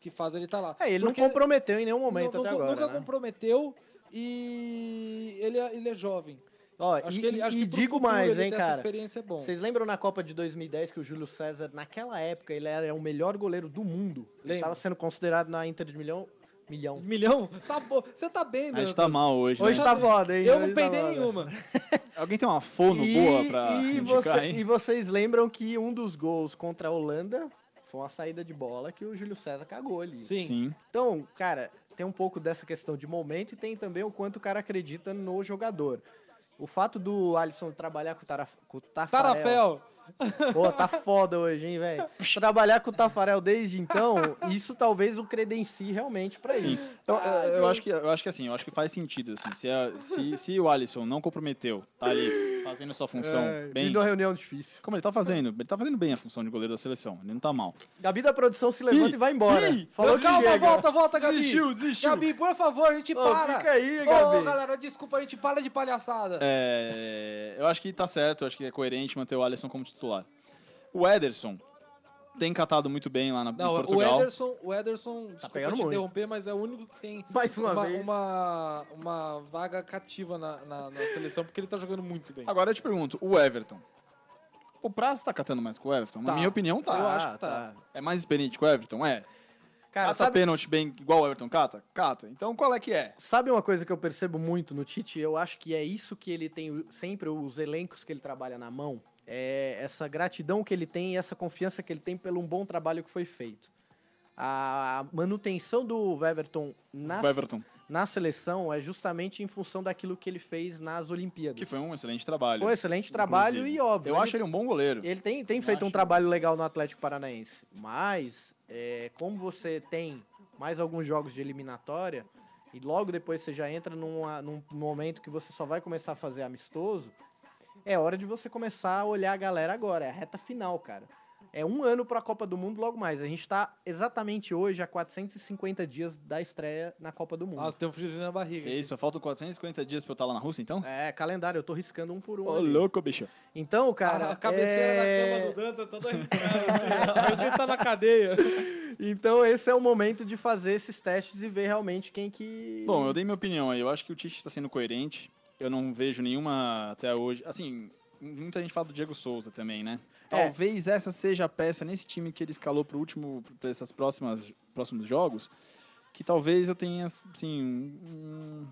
que faz ele estar lá.
É, ele
Porque
não comprometeu em nenhum momento
nu-
até
nu-
agora,
Nunca
né?
comprometeu e ele é, ele é jovem.
Ó,
Acho
e,
que ele, acho
e
que pro
digo
futuro
mais,
ele
hein,
ter Essa
cara.
experiência é bom.
Vocês lembram na Copa de 2010 que o Júlio César, naquela época, ele era o melhor goleiro do mundo. Ele
Lembro.
tava sendo considerado na Inter de milhão... Milhão.
Milhão? Tá bom. Você tá bem,
A
né?
gente tá mal hoje,
Hoje
né?
tá foda, hein?
Eu
Hoje
não
tá
peidei
foda.
nenhuma.
Alguém tem uma fono boa pra
e,
*laughs* indicar,
você-
hein?
e vocês lembram que um dos gols contra a Holanda foi uma saída de bola que o Júlio César cagou ali.
Sim.
Então, cara, tem um pouco dessa questão de momento e tem também o quanto o cara acredita no jogador. O fato do Alisson trabalhar com o, Taraf... com o Tafarel...
Tarafel.
*laughs* Pô, tá foda hoje, hein, velho? Trabalhar com o Tafarel desde então, isso talvez o credencie realmente pra
Sim. Então,
isso.
Eu, eu- eu acho que, eu acho que assim, eu acho que faz sentido, assim, se, a- se, se o Alisson não comprometeu, tá ali fazendo sua função
É,
bem.
Fim de uma reunião difícil.
Como ele tá fazendo? Ele tá fazendo bem a função de goleiro da seleção, ele não tá mal.
Gabi da produção se levanta
Ih,
e vai embora.
ih,
Falou que
calma,
chega.
volta, volta, Gabi.
desistiu.
Gabi, por favor, a gente
Ô,
para.
fica aí,
Ô,
Gabi.
galera, desculpa, a gente para de palhaçada.
É, eu acho que tá certo, eu acho que é coerente manter o Alisson como titular. O Ederson tem catado muito bem lá na, em
Não, o
Portugal.
Ederson, o Ederson, desculpa
Tá pegando
te
muito.
interromper, mas é o único que tem
Mais uma, vez.
uma, uma vaga cativa na, na, na seleção, porque ele tá jogando muito bem.
Agora eu te pergunto, o Everton. O Prazo tá catando mais que o Everton? Na
Tá.
minha opinião, tá.
Eu acho que tá.
É mais experiente que o Everton? É.
Cara,
cata
sabe,
pênalti bem igual o Everton cata? Cata. Então qual é que é?
sabe uma coisa que eu percebo muito no Tite? Eu acho que é isso que ele tem o- sempre, os elencos que ele trabalha na mão. É essa gratidão que ele tem e essa confiança que ele tem pelo um bom trabalho que foi feito. A manutenção do Everton na,
O Everton,
na seleção é justamente em função daquilo que ele fez nas Olimpíadas.
que foi um excelente trabalho.
Foi um excelente trabalho
inclusive.
e óbvio.
Eu
ele
acho ele um bom goleiro.
Ele tem, tem
Eu
feito um
acho-
trabalho legal no Atlético Paranaense, mas é, como você tem mais alguns jogos de eliminatória e logo depois você já entra numa- num momento que você só vai começar a fazer amistoso, é hora de você começar a olhar a galera agora, é a reta final, cara. É um ano para a Copa do Mundo logo mais. A gente tá exatamente hoje a 450 dias da estreia na Copa do Mundo.
Nossa, tem um friozinho na barriga.
Que isso, só faltam 450 dias pra eu estar lá na Rússia, então?
É, calendário, eu tô riscando um por um.
Ô,
ali.
louco, bicho.
Então, cara,
Cara, a cabeceira
é...
na cama do Danta toda
*laughs*
arriscada. Parece que ele tá na cadeia.
Então esse é o momento de fazer esses testes e ver realmente quem que.
Bom, eu dei minha opinião aí. Eu acho que o Tite tá sendo coerente. Eu não vejo nenhuma até hoje. Assim, muita gente fala do Diego Souza também, né?
É.
Talvez essa seja a peça nesse time que ele escalou pro último, pra essas próximas próximos jogos, que talvez eu tenha, assim, um,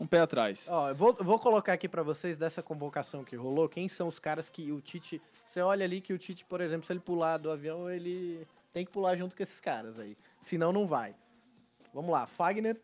um pé atrás.
Ó, eu vou, eu vou colocar aqui pra vocês dessa convocação que rolou, quem são os caras que o Tite. Você olha ali que o Tite, por exemplo, se ele pular do avião, ele tem que pular junto com esses caras aí. Senão não vai. Vamos lá, Fagner,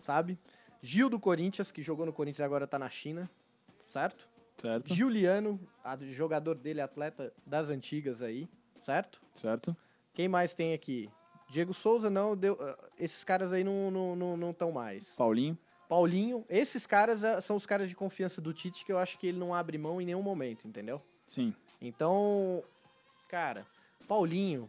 sabe? Gil do Corinthians, que jogou no Corinthians e agora tá na China,
*laughs*
certo?
Certo?
Giuliano, a- jogador dele, atleta das antigas aí, certo?
Certo?
Quem mais tem aqui? Diego Souza, não, deu, ah, esses caras aí não estão não, não tão mais.
Paulinho.
Paulinho, esses caras ah, são os caras de confiança do Tite que eu acho que ele não abre mão em nenhum momento, entendeu?
Sim.
Então, cara, Paulinho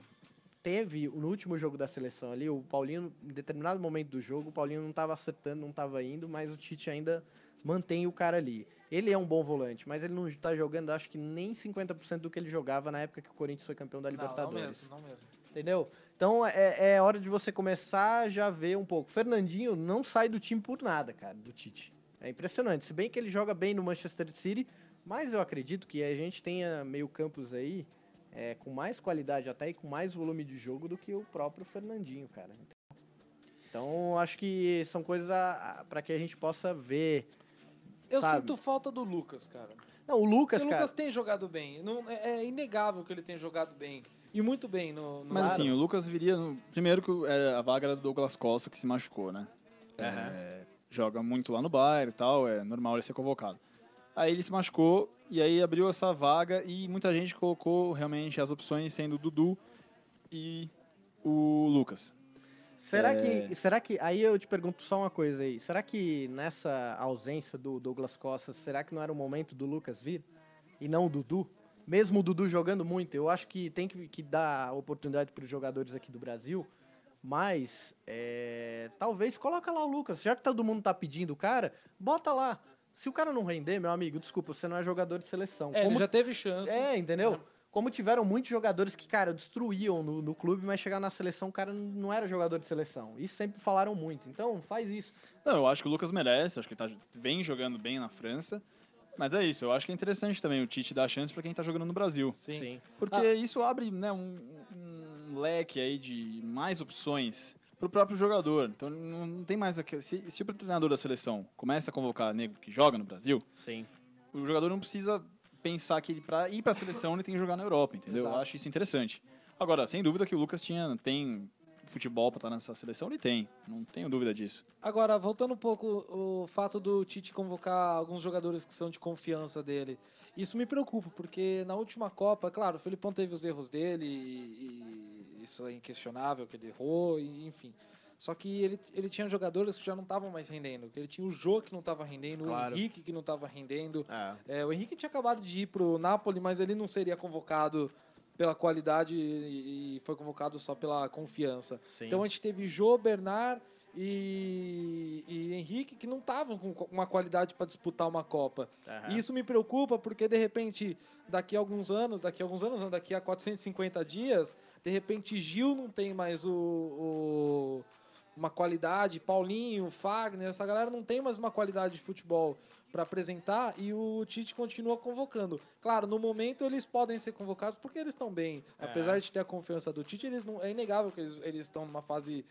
teve no último jogo da seleção ali, o Paulinho, em determinado momento do jogo, o Paulinho não estava acertando, não estava indo, mas o Tite ainda mantém o cara ali. Ele é um bom volante, mas ele não está jogando, acho que nem 50% do que ele jogava na época que o Corinthians foi campeão da
Não, não
Libertadores.
mesmo, não mesmo.
Entendeu? Então é, é hora de você começar a já ver um pouco. Fernandinho não sai do time por nada, cara, do Tite. É impressionante. Se bem que ele joga bem no Manchester City, mas eu acredito que a gente tenha meio campos aí é, com mais qualidade até e com mais volume de jogo do que o próprio Fernandinho, cara. Então acho que são coisas para que a gente possa ver.
Eu
Sabe?
sinto falta do Lucas, cara.
Não, o Lucas,
Porque o
cara.
Lucas tem jogado bem. Não- é, é inegável que ele tem jogado bem. E muito bem no. no
Mas
Claro.
assim, o Lucas viria. no- Primeiro que o- é, a vaga era do Douglas Costa, que se machucou, né? É, joga muito lá no Bayern e tal, é normal ele ser convocado. Aí ele se machucou e aí abriu essa vaga e muita gente colocou realmente as opções sendo o Dudu e o Lucas.
Será que, será que, aí eu te pergunto só uma coisa aí, será que nessa ausência do Douglas Costa, será que não era o momento do Lucas vir e não o Dudu? Mesmo o Dudu jogando muito, eu acho que tem que, que dar oportunidade para os jogadores aqui do Brasil, mas é, talvez coloca lá o Lucas, já que todo mundo tá pedindo o cara, bota lá. Se o cara não render, meu amigo, desculpa, você não é jogador de seleção.
É, ele
Como
já teve chance.
é, entendeu? Como tiveram muitos jogadores que, cara, destruíam no, no clube, mas chegaram na seleção, o cara não era jogador de seleção. Isso sempre falaram muito. Então, faz isso.
Não, eu acho que o Lucas merece, acho que ele tá, vem jogando bem na França. Mas é isso, eu acho que é interessante também o Tite dar chance para quem tá jogando no Brasil.
Sim.
Porque
Ah.
isso abre né, um, um leque aí de mais opções pro próprio jogador. Então não, não tem mais aquele. Se, se o treinador da seleção começa a convocar negro que joga no Brasil,
Sim.
o jogador não precisa pensar que ele, pra ir pra seleção, ele tem que jogar na Europa, entendeu? Eu
Exato.
acho isso interessante. Agora, sem dúvida que o Lucas tinha, tem futebol pra estar nessa seleção, ele tem. Não tenho dúvida disso.
Agora, voltando um pouco o fato do Tite convocar alguns jogadores que são de confiança dele. Isso me preocupa, porque na última Copa, claro, o Felipão teve os erros dele, e, e isso é inquestionável que ele errou, e, enfim. Só que ele, ele tinha jogadores que já não estavam mais rendendo. Ele tinha o Jô que não estava rendendo,
Claro.
o Henrique que não estava rendendo. É, o Henrique tinha acabado de ir pro Napoli, mas ele não seria convocado pela qualidade e, e foi convocado só pela confiança.
sim.
Então a gente teve Jô, Bernard e, e Henrique que não estavam com co- uma qualidade para disputar uma Copa. E isso me preocupa porque, de repente, daqui a alguns anos, daqui a alguns anos, não, daqui a 450 dias, de repente Gil não tem mais o- o- uma qualidade, Paulinho, Fagner, essa galera não tem mais uma qualidade de futebol para apresentar e o Tite continua convocando. Claro, no momento eles podem ser convocados porque eles estão bem. Apesar de ter a confiança do Tite, eles não, é inegável que eles, eles estão numa fase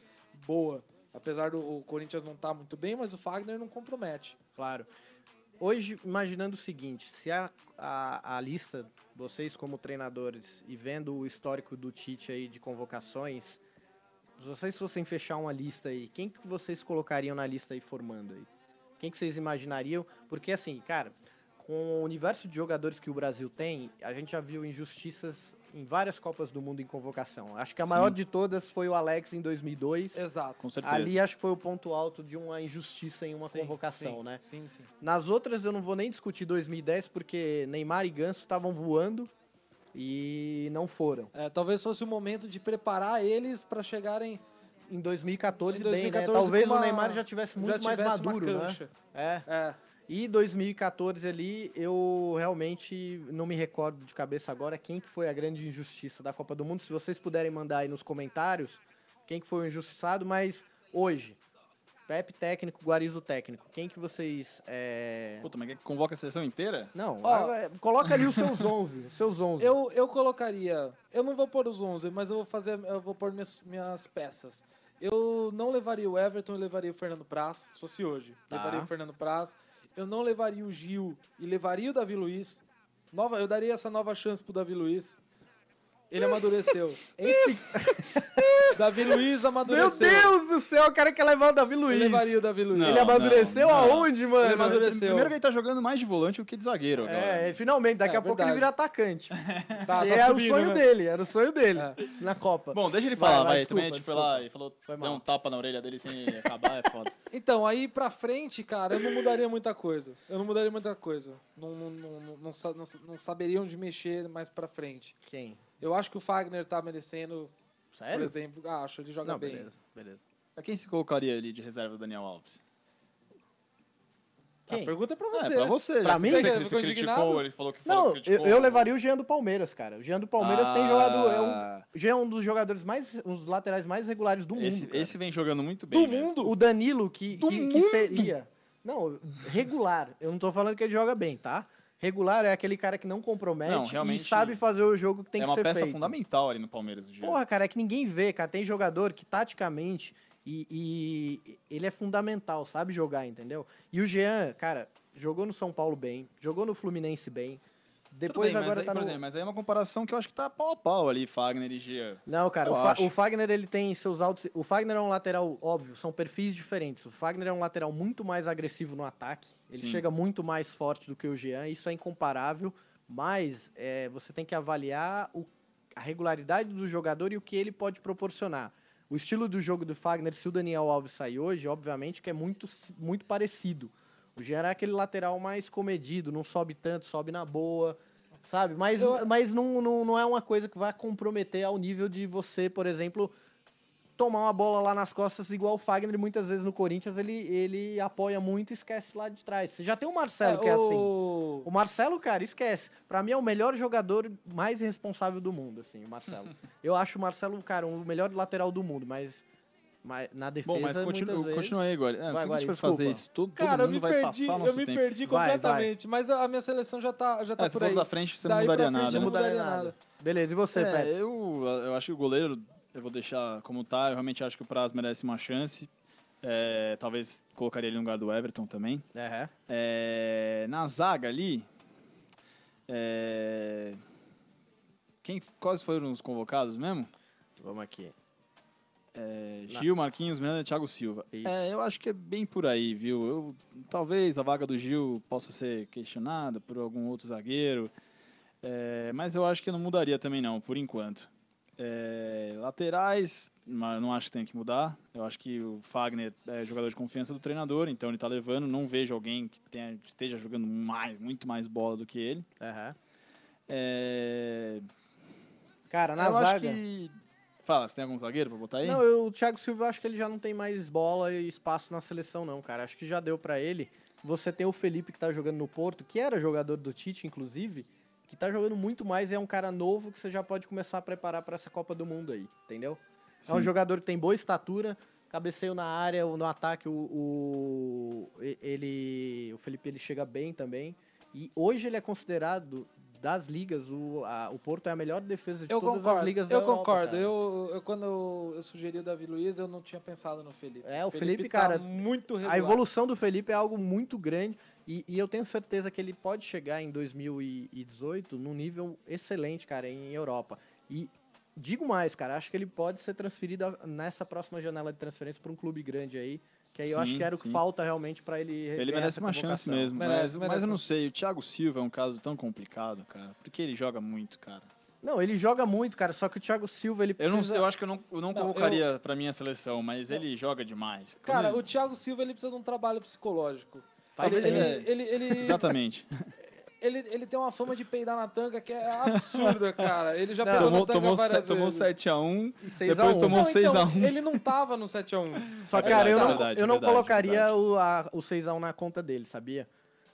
boa. Apesar do o Corinthians não estar muito bem, mas o Fagner não compromete.
Claro. Hoje, imaginando o seguinte, se a, a, a lista, vocês como treinadores, e vendo o histórico do Tite aí de convocações, se vocês fossem fechar uma lista aí, quem que vocês colocariam na lista aí formando aí? Quem que vocês imaginariam? Porque assim, cara, com o universo de jogadores que o Brasil tem, a gente já viu injustiças em várias Copas do Mundo em convocação. Acho que a
Sim.
maior de todas foi o Alex em 2002.
Exato.
Com certeza.
Ali acho que foi o ponto alto de uma injustiça em uma
Sim,
convocação,
sim,
né?
Sim, sim.
Nas outras eu não vou nem discutir 2010, porque Neymar e Ganso estavam voando e não foram.
É, talvez fosse o momento de preparar eles para chegarem
Em 2014,
Em
bem, né?
2014
Talvez
com
o
uma-
Neymar já tivesse muito
já
mais
tivesse
maduro,
uma
né?
cancha.
É.
É,
E 2014 ali, eu realmente não me recordo de cabeça agora quem que foi a grande injustiça da Copa do Mundo. Se vocês puderem mandar aí nos comentários quem que foi o injustiçado, mas hoje, Pepe técnico, Guarizo técnico, quem que vocês... é,
Puta, mas quer que convoca a seleção inteira?
Não,
Ó.
agora- coloca ali os seus 11, os seus 11.
eu, eu colocaria. Eu não vou pôr os 11, mas eu vou fazer. Eu vou pôr minhas, minhas peças. Eu não levaria o Everton, eu levaria o Fernando Praz, se fosse hoje.
Tá.
Levaria o Fernando Praz. Eu não levaria o Gil e levaria o Davi Luiz. Nova, eu daria essa nova chance pro Davi Luiz. Ele amadureceu.
*laughs*
Esse... Davi Luiz
Meu
amadureceu.
Deus do céu, o cara quer levar o Davi
Eu
Luiz.
levaria o Davi Luiz.
Não,
ele amadureceu
não.
aonde, mano?
Ele amadureceu.
Primeiro que ele tá jogando mais de volante do que de zagueiro agora. né?
É, finalmente, daqui
É,
a pouco
verdade.
ele vira atacante.
Tá,
que
tá
era
subindo,
o sonho
né? É.
dele, era o sonho dele na Copa.
Bom, deixa ele
Vai,
falar, vai.
vai,
Também a gente
desculpa,
foi lá e falou,
Foi
deu
mal.
um tapa na orelha dele sem *laughs* acabar, é foda.
Então, aí pra frente, cara, eu não mudaria muita coisa. Eu não mudaria muita coisa. Não, não, não, não, não sa- não sa- não saberia onde mexer mais pra frente.
Quem?
Eu acho que o Fagner tá merecendo, por
Sério?
exemplo, ah, acho, ele joga
Não,
bem.
beleza, beleza.
Pra quem se colocaria ali de reserva do Daniel Alves?
A
Quem?
pergunta é pra
É,
você.
pra você.
Pra
já
mim?
sei
Você
que
ficou
você criticou,
indignado?
ele falou que falou
Não,
que
eu,
criticou.
eu levaria o Jean do Palmeiras, cara. O Jean do Palmeiras tem
Ah.
jogado. É um, o Jean é um dos jogadores mais. Um dos laterais mais regulares do
Esse,
mundo. cara.
esse vem jogando muito é bem.
Do
mesmo.
mundo?
O Danilo, que,
Do
que, que
mundo?
seria. Não, regular. Eu não tô falando que ele joga bem, tá? Regular é aquele cara que não compromete
Não, realmente-
e sabe fazer o jogo que tem
é
que
uma
ser
peça
feito.
fundamental né? ali no Palmeiras. o Jean.
Porra, cara, é que ninguém vê, cara. Tem jogador que taticamente e, e ele é fundamental, sabe jogar, entendeu? E o Jean, cara, jogou no São Paulo bem, jogou no Fluminense bem.
Tudo
Depois
bem, mas
agora
aí,
tá
por
no.
exemplo, mas aí é uma comparação que eu acho que tá pau a pau ali, Fagner e Jean.
Não, cara,
Eu
o, Fa-
acho.
o Fagner ele tem seus altos. O Fagner é um lateral, óbvio, são perfis diferentes. O Fagner é um lateral muito mais agressivo no ataque. Ele
Sim.
chega muito mais forte do que o Jean, isso é incomparável. Mas é, você tem que avaliar o- a regularidade do jogador e o que ele pode proporcionar. O estilo do jogo do Fagner, se o Daniel Alves sair hoje, obviamente que é muito, si- muito parecido. O Jean é aquele lateral mais comedido, não sobe tanto, sobe na boa, sabe? Mas,
Eu-
mas não, não, não é uma coisa que vai comprometer ao nível de você, por exemplo, tomar uma bola lá nas costas igual o Fagner. Muitas vezes no Corinthians ele, ele apoia muito e esquece lá de trás. Você já tem o Marcelo que é assim.
o-
O Marcelo, cara, esquece. Pra mim é o melhor jogador mais irresponsável do mundo, assim, o
*laughs*
Marcelo. Eu acho o Marcelo, cara, o melhor lateral do mundo, mas, mas na defesa
Bom, mas continua,
muitas vezes...
continua aí, Guari. É,
Vai,
se a
Guari,
gente for fazer
desculpa.
isso, todo, todo
Cara, eu
mundo
me
vai
perdi,
passar
eu
nosso
me
tempo.
perdi
Vai, vai.
completamente. Mas a a minha seleção já tá, já tá
É, se
por
for
aí.
da frente, você não
Daí pra
mudaria
frente,
nada.
Não
né?
mudaria
mudaria
nada.
nada.
Beleza, e você,
É,
Pepe?
eu, eu acho que o goleiro eu vou deixar como tá. Eu realmente acho que o Praz merece uma chance. É, talvez colocaria ele no lugar do Everton também.
Aham.
É, na zaga ali. é, quem, quais foram os convocados mesmo?
Vamos aqui.
É,
Na-
Gil, Marquinhos, Miranda e Thiago Silva.
Isso.
É, eu acho que é bem por aí, viu? Eu- talvez a vaga do Gil possa ser questionada por algum outro zagueiro, é, mas eu acho que não mudaria também não, por enquanto. É, laterais, mas não acho que tenha que mudar. Eu acho que o Fagner é jogador de confiança do treinador, então ele tá levando. Não vejo alguém que tenha- esteja jogando mais, muito mais bola do que ele.
Aham.
É,
Cara, na
eu acho
zaga...
que... Fala, você tem algum zagueiro pra botar aí?
Não, eu, o Thiago Silva, eu acho que ele já não tem mais bola e espaço na seleção, não, cara. Acho que já deu pra ele. Você tem o Felipe, que tá jogando no Porto, que era jogador do Tite, inclusive, que tá jogando muito mais e é um cara novo que você já pode começar a preparar pra essa Copa do Mundo aí, entendeu? É um
Sim.
jogador que tem boa estatura, cabeceio na área, o- no ataque, o, o- e- ele, o Felipe ele chega bem também. E hoje ele é considerado, das ligas, o, a- o Porto é a melhor defesa de
Eu
todas as
concordo,
ligas da
eu
Europa,
concordo.
cara.
Eu, eu- quando eu, eu sugeri o Davi Luiz, eu não tinha pensado no Felipe.
É, o Felipe,
tá
cara,
muito regular.
A evolução do Felipe é algo muito grande e, e eu tenho certeza que ele pode chegar em 2018 num nível excelente, cara, em Europa. E digo mais, cara, acho que ele pode ser transferido a- nessa próxima janela de transferência para um clube grande aí, que aí eu acho
Sim,
que era o que
sim.
falta realmente para ele
Ele
ganhar
merece
essa
uma chance
convocação.
mesmo.
Merece,
mas,
merece
mas eu
uma-
não sei, o Thiago Silva é um caso tão complicado, cara. Porque ele joga muito, cara.
Não, ele joga muito, cara, só que o Thiago Silva, ele
Eu,
precisa...
não, sei, eu acho que eu não, eu não
Não,
convocaria pra minha seleção, mas ele joga demais.
Cara,
Como-
o Thiago Silva ele precisa de um trabalho psicológico.
Faz
ele,
tempo.
ele, ele, ele,
*laughs* Exatamente.
ele, ele tem uma fama de peidar na tanga que é absurda, cara. Ele já
Não,
pegou
tomou
na tanga
tomou,
várias
se- tomou
vezes.
7x1.
seis a
depois
um.
tomou
Não, então,
6x1.
Ele não tava no 7x1.
Só
É
que, cara, eu
verdade,
não,
é verdade,
eu não
é verdade,
colocaria
verdade.
o, a- o 6x1 na conta dele, sabia?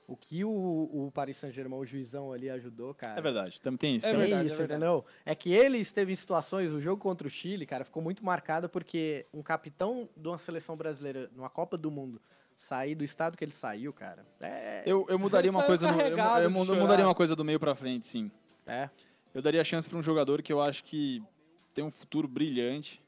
O que o, o Paris Saint-Germain, o juizão ali ajudou, cara.
É verdade, também tem isso.
É
É
também.
verdade,
isso,
é verdade.
entendeu? É que ele esteve em situações, o jogo contra o Chile, cara, ficou muito marcado porque um capitão de uma seleção brasileira numa Copa do Mundo sair do estado que ele saiu, cara. É.
Eu, eu mudaria
Ele
uma
saiu
coisa no, eu, mu-
carregado
eu
de
mu- eu
chorar.
mudaria uma coisa do meio pra frente, sim.
é.
Eu daria chance pra um jogador que eu acho que tem um futuro brilhante.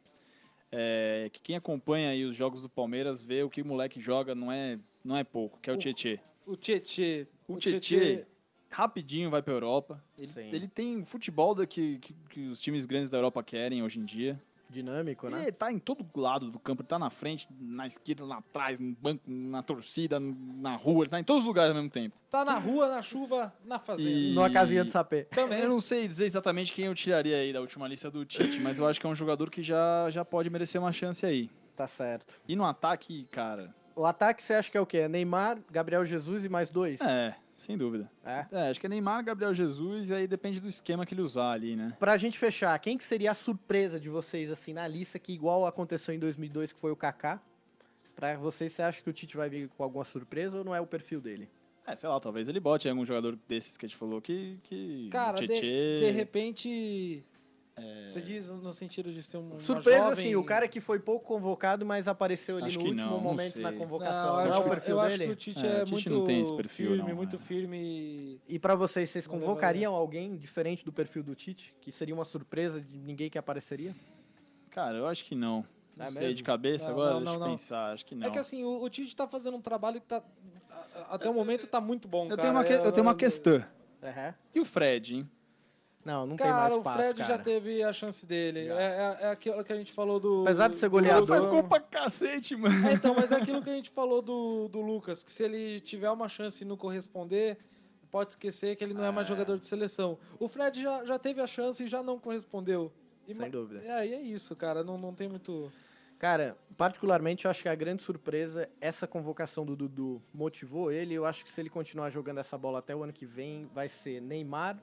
é, que quem acompanha aí os jogos do Palmeiras vê o que o moleque joga, não é, não é pouco, que é o
O-
Tietê.
O Tietê.
O Tietê rapidinho vai pra Europa. Ele,
Sim.
ele tem o futebol da que, que, que os times grandes da Europa querem hoje em dia.
Dinâmico, né?
Ele tá em todo lado do campo, ele tá na frente, na esquerda, lá atrás, no banco, na torcida, na rua, ele tá em todos os lugares ao mesmo tempo.
Tá na rua, na chuva, na fazenda.
E-
Numa casinha de sapê.
Também eu não sei dizer exatamente quem eu tiraria aí da última lista do Tite, mas eu acho que é um jogador que já, já pode merecer uma chance aí.
Tá certo.
E no ataque, cara,
O ataque você acha que é o quê? É Neymar, Gabriel Jesus e mais dois?
é, sem dúvida.
É.
É, acho que é Neymar, Gabriel Jesus, e aí depende do esquema que ele usar ali, né?
Pra gente fechar, quem que seria a surpresa de vocês, assim, na lista, que igual aconteceu em 2002, que foi o Kaká? Pra vocês, você acha que o Tite vai vir com alguma surpresa ou não é o perfil dele?
É, sei lá, talvez ele bote algum jogador desses que a gente falou que. que
Cara, de,
Tietê.
de repente.
É.
Você diz no sentido de ser um. uma
Surpresa,
jovem...
assim, o cara que foi pouco convocado, mas apareceu ali
Acho
no
que
último
não, não
momento
sei.
na
Não,
convocação. Não,
eu
é
acho,
o
que-
perfil
eu acho
dele?
que o Tite
É,
é,
o Tite
muito
não tem esse perfil,
firme,
não,
muito
né?
firme.
E pra vocês, vocês
Não
convocariam alguém diferente do perfil do Tite? Que seria uma surpresa de ninguém que apareceria?
Cara, eu acho que não. Não
É
sei,
mesmo?
de cabeça
Não,
agora,
não,
deixa
não,
eu
não.
pensar, acho que não.
É que assim, o, o Tite tá fazendo um trabalho que tá. a- a- Até o momento tá muito bom,
eu,
cara. É,
tenho uma que- eu tenho uma questão.
Aham.
E o Fred, hein?
Não, não tem
Cara,
mais
o
espaço,
Fred já
cara.
teve a chance dele.
Já.
É, é- é aquilo que a gente falou do.
Apesar de ser
do-
goleador,
Faz gol pra cacete, mano.
É, então, mas é aquilo que a gente falou do, do Lucas, que se ele tiver uma chance e não corresponder, pode esquecer que ele não é, mais jogador de seleção. O Fred já, já teve a chance e já não correspondeu. E ma-
Sem dúvida.
É, e é isso, cara. Não, não tem muito.
Cara, particularmente eu acho que a grande surpresa, essa convocação do Dudu motivou ele. Eu acho que se ele continuar jogando essa bola até o ano que vem, vai ser Neymar,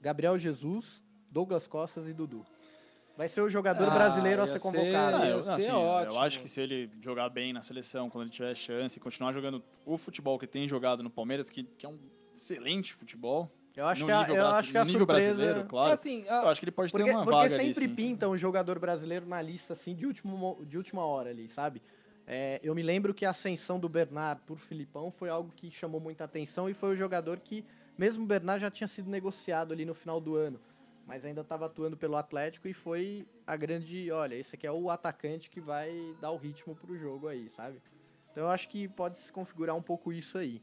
Gabriel Jesus, Douglas Costas e Dudu. Vai ser o jogador
Ah,
brasileiro a
ia
ser
ser-
convocado.
ia
eu,
ser
assim,
ótimo.
eu acho que se ele jogar bem na seleção, quando ele tiver chance, e continuar jogando o futebol que tem jogado no Palmeiras, que, que é um excelente futebol.
Eu acho
no
que é a,
nível,
eu
brasi-
acho que a
no nível
surpresa...
brasileiro,
É
claro.
assim,
Eu
a-
acho que ele pode
Porque,
ter uma
porque
vaga ali,
sempre
sim.
pintam o jogador brasileiro na lista assim de, último, mo- de última hora ali, sabe? É, eu me lembro que a ascensão do Bernard por Filipão foi algo que chamou muita atenção e foi o jogador que, mesmo o Bernard já tinha sido negociado ali no final do ano, mas ainda estava atuando pelo Atlético e foi a grande, olha, esse aqui é o atacante que vai dar o ritmo pro jogo aí, sabe? Então eu acho que pode se configurar um pouco isso aí,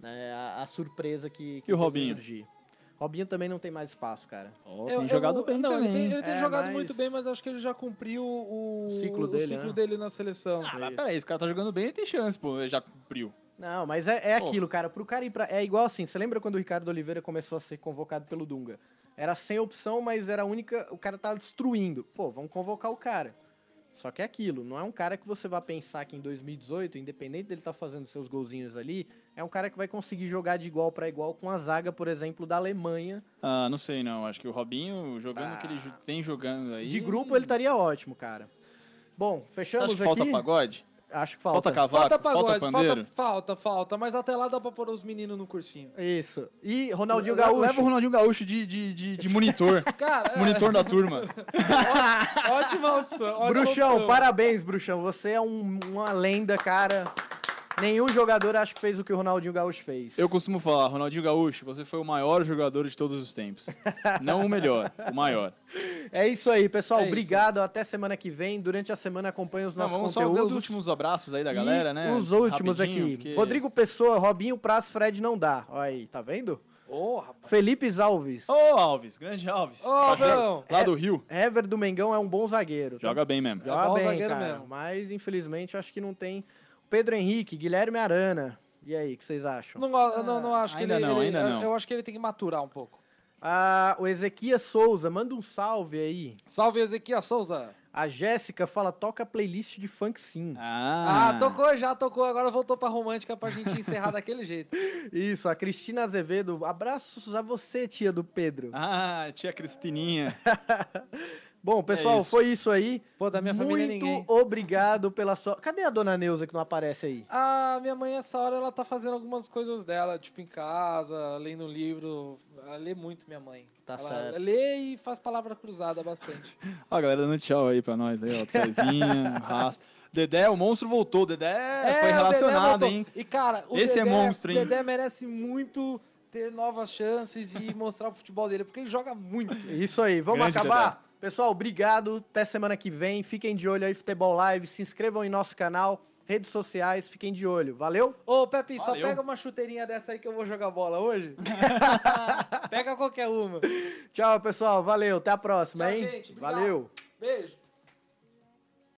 né? A, a surpresa que, que
E o
pode
Robinho?
surgir. Robinho também não tem mais espaço, cara.
Ó,
eu-
tem
eu
jogado
não-
bem
não,
também.
Ele tem, ele tem
É,
jogado
mas-
muito bem, mas acho que ele já cumpriu o,
O ciclo dele, né?
dele na seleção.
Ah, mas peraí, esse cara tá jogando bem, ele tem chance, pô. Ele já cumpriu.
Não, mas é, é
Pô.
aquilo, cara. Pro cara ir pra. É igual assim. Você lembra quando o Ricardo Oliveira começou a ser convocado pelo Dunga? Era sem opção, mas era a única. O cara tava destruindo. Pô, vamos convocar o cara. Só que é aquilo. Não é um cara que você vai pensar que em 2018, independente dele estar tá fazendo seus golzinhos ali, é um cara que vai conseguir jogar de igual pra igual com a zaga, por exemplo, da Alemanha.
Ah, não sei não. Acho que o Robinho, jogando o que ele ju- vem jogando aí.
Ah. De grupo ele estaria ótimo, cara. Bom,
Você
fechamos
acha que
aqui.
falta pagode?
Acho que
Falta, cavaco?
Falta
Falta,
pagode,
pandeiro?
falta, falta, falta. Mas até lá dá pra pôr os meninos no cursinho.
Isso. E Ronaldinho
Le- Leva o
Gaúcho.
Ronaldinho Gaúcho de, de, de, de *laughs* monitor.
Cara, é,
monitor da turma.
*laughs* ótima opção. ótima
Bruxão,
opção.
parabéns, Bruxão. Você é um- uma lenda, cara. Nenhum jogador acho que fez o que o Ronaldinho Gaúcho fez.
Eu costumo falar, Ronaldinho Gaúcho, você foi o maior jogador de todos os tempos. Não o melhor, o maior.
É isso aí, pessoal.
É isso.
obrigado. Até semana que vem. Durante a semana acompanha os
Não,
nossos
vamos só
conteúdos.
dar os últimos abraços aí da galera,
E
né?
Os últimos
Rapidinho,
aqui.
porque-
Rodrigo Pessoa, Robinho Prazo, Fred não dá. Olha aí, tá vendo?
Ô, rapaz.
Felipe Alves.
Ô, Alves, grande Alves.
Ô,
Parceiro
Brão.
lá do Rio.
Hever do Mengão é um bom zagueiro. Tá
Joga bem mesmo.
Joga
É bom
bem,
zagueiro
cara,
mesmo.
Mas infelizmente acho que não tem. Pedro Henrique, Guilherme Arana. E aí, o que vocês acham?
Não, go- não, não acho
Ainda
que ele,
não,
ele-
ainda não.
Eu acho que ele tem que maturar um pouco.
Ah, o Ezequias Souza, manda um salve aí.
Salve, Ezequiel Souza.
A Jéssica fala, toca playlist de funk sim.
Ah,
Ah, tocou já, tocou. Agora voltou pra romântica pra gente encerrar *laughs* daquele jeito.
Isso, a Cristina Azevedo, abraços a você, tia do Pedro.
Ah, tia Cristininha.
Bom, pessoal,
isso.
foi isso aí.
Pô, É da minha família
Muito
ninguém.
obrigado pela sua... Cadê a dona Neuza que não aparece aí?
Ah, minha mãe, essa hora, ela tá fazendo algumas coisas dela, tipo em casa, lendo um livro. Ela lê muito, minha mãe.
Tá
ela
certo.
lê e faz palavra
*laughs*
cruzada bastante.
Ó, a galera dando tchau aí pra nós aí, ó. do *laughs* Cezinha, do Raça. Dedé, o monstro voltou. É, Dedé foi
o Dedé
relacionado,
voltou.
hein?
E, cara, o
Esse é
Dedé,
monstro, hein?
O Dedé merece muito *laughs* ter novas chances e mostrar o futebol dele, porque ele joga muito.
Isso aí, vamos
Grande
acabar? Pessoal, obrigado. Até semana que vem. Fiquem de olho aí, Futebol Live. Se inscrevam em nosso canal, redes sociais. Fiquem de olho. Valeu?
Ô, Pepe, só
Valeu.
pega uma chuteirinha dessa aí que eu vou jogar bola hoje. pega qualquer uma.
Tchau, pessoal. Valeu. Até a próxima,
Tchau,
hein?
gente. Obrigado.
Valeu.
Beijo.